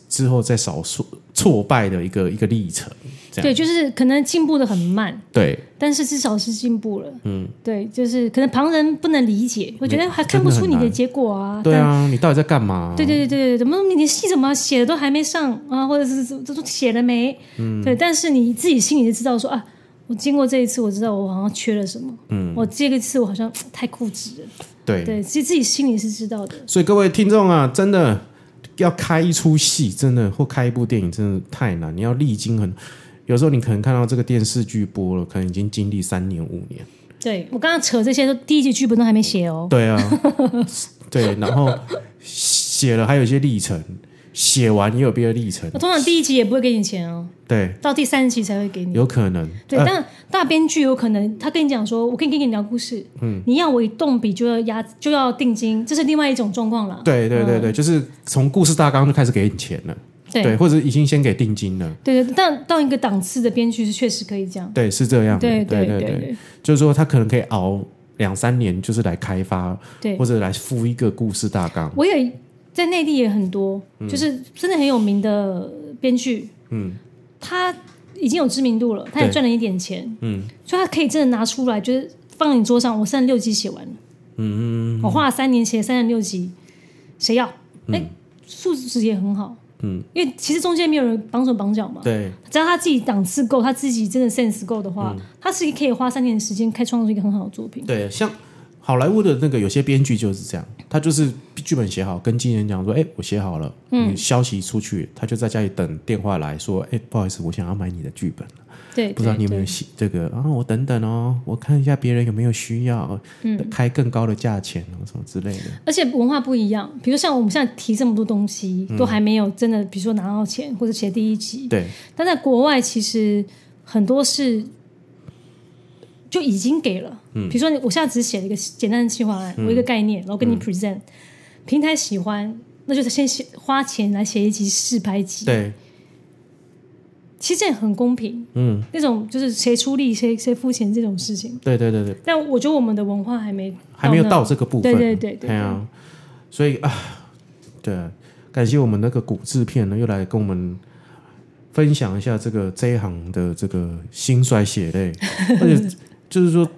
Speaker 1: 之后再少挫挫败的一个一个历程。这样
Speaker 2: 对，就是可能进步的很慢，
Speaker 1: 对，
Speaker 2: 但是至少是进步了。嗯，对，就是可能旁人不能理解，我觉得还看不出你的结果啊。
Speaker 1: 对啊，你到底在干嘛、
Speaker 2: 但。对啊对对对对，怎么你的戏怎么写的都还没上啊，或者是这都写了没？嗯，对，但是你自己心里就知道说啊，我经过这一次，我知道我好像缺了什么。嗯，我这个次我好像太固执了。
Speaker 1: 对
Speaker 2: 对，其实自己心里是知道的。
Speaker 1: 所以各位听众啊，真的要开一出戏，真的或开一部电影，真的太难。你要历经很，有时候你可能看到这个电视剧播了，可能已经经历三年五年。
Speaker 2: 对我刚刚扯这些都第一集剧本都还没写哦。
Speaker 1: 对啊， 对，然后写了还有一些历程，写完也有别的历程
Speaker 2: 我，通常第一集也不会给你钱哦，
Speaker 1: 对，
Speaker 2: 到第三集才会给你。
Speaker 1: 有可能。
Speaker 2: 对，
Speaker 1: 呃
Speaker 2: 但大编剧有可能他跟你讲说，我可以跟你聊故事，嗯，你要我一动笔就要押就要定金，这是另外一种状况了。
Speaker 1: 对对对对，就是从故事大纲就开始给你钱了，
Speaker 2: 嗯对
Speaker 1: 对，或者已经先给定金了，
Speaker 2: 对对，但到一个档次的编剧是确实可以这样。
Speaker 1: 对，是这样的，
Speaker 2: 对
Speaker 1: 对
Speaker 2: 对
Speaker 1: 对。就是说他可能可以熬两三年，就是来开发
Speaker 2: 对
Speaker 1: 或者来敷一个故事大纲。
Speaker 2: 我也在内地也很多，就是真的很有名的编剧，嗯，他已经有知名度了，他也
Speaker 1: 对
Speaker 2: 赚了一点钱，
Speaker 1: 嗯
Speaker 2: 所以他可以真的拿出来，就是放你桌上。我三十六集写完了，
Speaker 1: 嗯嗯
Speaker 2: 我花了三年写三十六集，谁要？哎、素质也很好，
Speaker 1: 嗯，
Speaker 2: 因为其实中间没有人绑手绑脚嘛。
Speaker 1: 对，
Speaker 2: 只要他自己档次够，他自己真的 sense 够的话，
Speaker 1: 嗯
Speaker 2: 他是可以花三年的时间开创出一个很好的作品。
Speaker 1: 对，像好莱坞的那个有些编剧就是这样，他就是剧本写好，跟经纪人讲说：“哎、我写好了，嗯，消息出去，他就在家里等电话来说：‘哎、不好意思，我想要买你的剧本，
Speaker 2: 对，
Speaker 1: 不知道
Speaker 2: 对
Speaker 1: 你有没有
Speaker 2: 对
Speaker 1: 写这个啊？我等等哦，我看一下别人有没有需要，嗯，开更高的价钱哦，什么之类的。
Speaker 2: 而且文化不一样，比如像我们现在提这么多东西，都还没有真的，比如说拿到钱或者写第一集，
Speaker 1: 对，
Speaker 2: 但在国外其实很多是就已经给了。
Speaker 1: 嗯
Speaker 2: 比如说你我现在只写了一个简单的计划案，我一个概念，然后跟
Speaker 1: 嗯
Speaker 2: 你 present，、平台喜欢，那就是先写花钱来写一集试拍集，
Speaker 1: 对，
Speaker 2: 其实这也很公平。
Speaker 1: 嗯，
Speaker 2: 那种就是谁出力谁谁付钱这种事情，
Speaker 1: 对对对对，
Speaker 2: 但我觉得我们的文化还没
Speaker 1: 还没有
Speaker 2: 那
Speaker 1: 到这个部分，
Speaker 2: 对对对对
Speaker 1: 哎呀、所以啊，对，感谢我们那个古制片呢，又来跟我们分享一下这个这一行的这个心酸血 泪，而且就是说，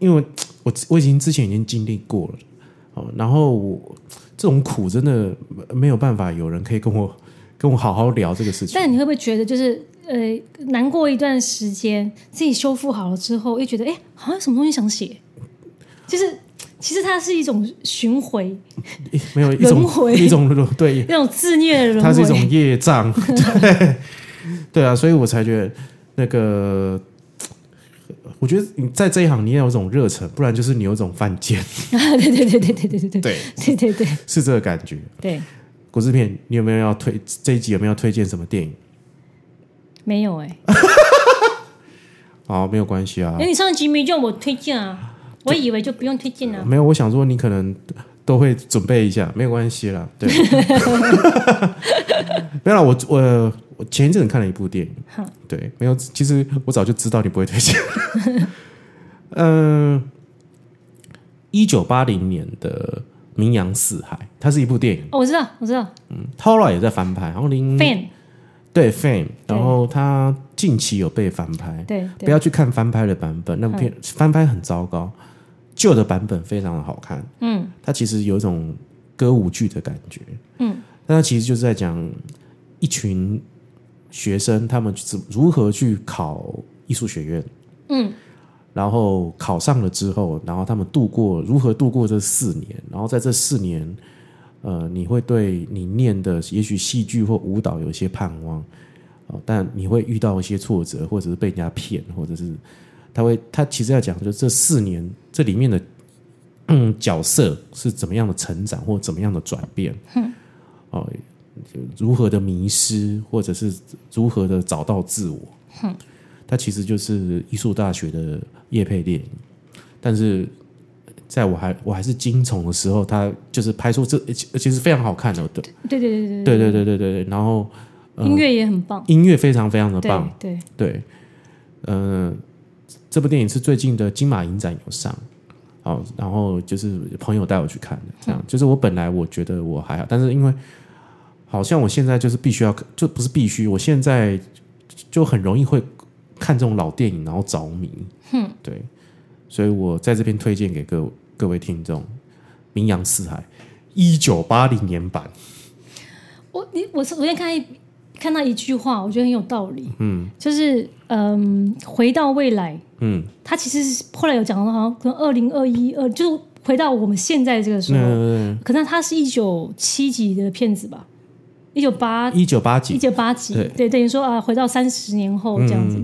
Speaker 1: 因为我我已经之前已经经历过了，哦，然后我这种苦真的没有办法，有人可以跟我跟我好好聊这个事情，
Speaker 2: 但你会不会觉得就是呃，难过一段时间，自己修复好了之后，又觉得哎，好像有什么东西想写，就是其实它是一种巡回，
Speaker 1: 诶没有一种
Speaker 2: 轮回
Speaker 1: 一种对
Speaker 2: 那种自虐的轮回。
Speaker 1: 它是一种业障，对对啊，所以我才觉得那个，我觉得你在这一行你要有一种热忱，不然就是你有一种犯贱，
Speaker 2: 啊， 对对对对对对对对
Speaker 1: 对，
Speaker 2: 对对对
Speaker 1: 是这个感觉。
Speaker 2: 对，
Speaker 1: 国制片，你有没有要推这一集有没有要推荐什么电影？
Speaker 2: 没有 哎，
Speaker 1: 好，没有关系啊
Speaker 2: 因，为哎你上集没叫我推荐啊，我以为就不用推荐啊了。
Speaker 1: 没有，我想说你可能都会准备一下，没有关系啦，对。没有啦，我我我前一阵子看了一部电影，
Speaker 2: 好，
Speaker 1: 对，没有，其实我早就知道你不会推荐。嗯，一九八零年的《名扬四海》，它是一部电影，
Speaker 2: 哦，我知道，我知道
Speaker 1: 涛老也在翻拍，然后零
Speaker 2: ，fan，
Speaker 1: 对 Fame，然后它近期有被翻拍，
Speaker 2: 对嗯
Speaker 1: 不
Speaker 2: 对，
Speaker 1: 要去看翻拍的版本，那部片翻拍很糟糕，旧的版本非常的好看，
Speaker 2: 嗯
Speaker 1: 它其实有一种歌舞剧的感觉，
Speaker 2: 嗯，
Speaker 1: 但它其实就是在讲一群学生他们怎如何去考艺术学院。
Speaker 2: 嗯，
Speaker 1: 然后考上了之后，然后他们度过如何度过这四年，然后在这四年，呃，你会对你念的也许戏剧或舞蹈有一些盼望，哦，但你会遇到一些挫折，或者是被人家骗，或者是他会他其实要讲就是这四年这里面的嗯角色是怎么样的成长或怎么样的转变，哦，如何的迷失，或者是如何的找到自我。它其实就是艺术大学的叶配电影，但是在我还我还是精虫的时候，它就是拍出这呃其实非常好看的，对
Speaker 2: 对对对对
Speaker 1: 对对对对对，然后
Speaker 2: 对，音乐也很棒，
Speaker 1: 音乐非常非常的
Speaker 2: 对
Speaker 1: 棒，
Speaker 2: 对，
Speaker 1: 对，嗯、这部电影是最近的金马影展有上，哦，然后就是朋友带我去看的，这样、就是我本来我觉得我还好，但是因为好像我现在就是必须要，就不是必须，我现在就很容易会看这种老电影，然后着迷，嗯，对，所以我在这边推荐给各各位听众，《名扬四海》一九八零年版，
Speaker 2: 我你我昨天看一看到一句话，我觉得很有道理。嗯，就是嗯，回到未来，
Speaker 1: 嗯，
Speaker 2: 它其实是后来有讲到，好像跟二零二一二，就是回到我们现在这个时候，
Speaker 1: 那
Speaker 2: 可能它是一九七几的片子吧，一九八
Speaker 1: 一九八
Speaker 2: 一
Speaker 1: 几，
Speaker 2: 九八几，
Speaker 1: 对
Speaker 2: 对，等于说啊，回到三十年后这样子。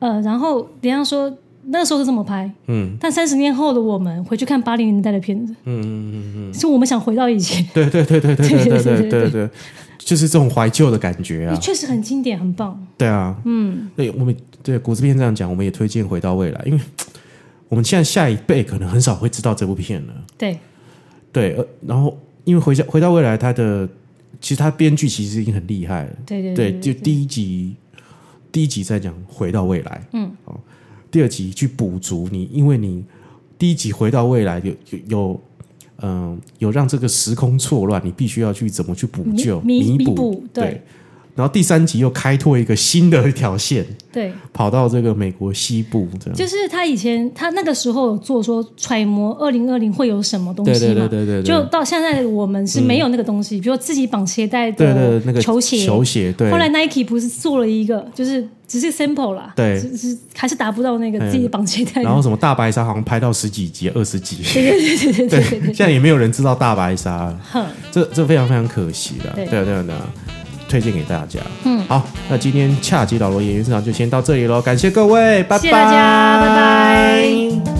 Speaker 2: 呃，然后人家说那时候是这么拍，
Speaker 1: 嗯，
Speaker 2: 但三十年后的我们回去看八零年代的片子，嗯嗯嗯，是我们想回到以前，
Speaker 1: 对对对对对对对 对
Speaker 2: 对
Speaker 1: 对对，就是这种怀旧的感觉啊，
Speaker 2: 确实很经典，很棒。
Speaker 1: 对啊，嗯，对，我们对古之片这样讲，我们也推荐《回到未来》，因为我们现在下一辈可能很少会知道这部片了，
Speaker 2: 对，
Speaker 1: 对，呃、然后因为回家《回到未来》它的其实它编剧其实已经很厉害了，
Speaker 2: 对对
Speaker 1: 对，就第一集，第一集在讲回到未来，嗯，哦，第二集去补足你，因为你第一集回到未来有有有，嗯、有让这个时空错乱，你必须要去怎么去补
Speaker 2: 弥
Speaker 1: 救
Speaker 2: 弥弥
Speaker 1: 补
Speaker 2: 补对
Speaker 1: 对，然后第三集又开拓一个新的一条线，
Speaker 2: 对，
Speaker 1: 跑到这个美国西部这样。
Speaker 2: 就是他以前他那个时候有做说揣摩二零二零会有什么东西
Speaker 1: 对
Speaker 2: 嘛，
Speaker 1: 对对对对，对
Speaker 2: 就到现在我们是没有那个东西，比如自己绑鞋带
Speaker 1: 对对对那
Speaker 2: 的
Speaker 1: 个
Speaker 2: 球鞋。
Speaker 1: 球鞋对，
Speaker 2: 后来 Nike 不是做了一个，就是只是 sample 啦，
Speaker 1: 对哎
Speaker 2: 只是还是达不到那个自己绑鞋带的。
Speaker 1: 然后什么大白鲨好像拍到十几集、二十集，
Speaker 2: 对对对对对对对，
Speaker 1: 现在也没有人知道大白鲨了，
Speaker 2: 哼，
Speaker 1: 这这非常非常可惜啦。对
Speaker 2: 对
Speaker 1: 啊对啊对啊，推荐给大家。嗯，好，那今天恰吉老罗演员市场就先到这里喽，感谢各位，拜拜，
Speaker 2: 谢谢大家拜拜。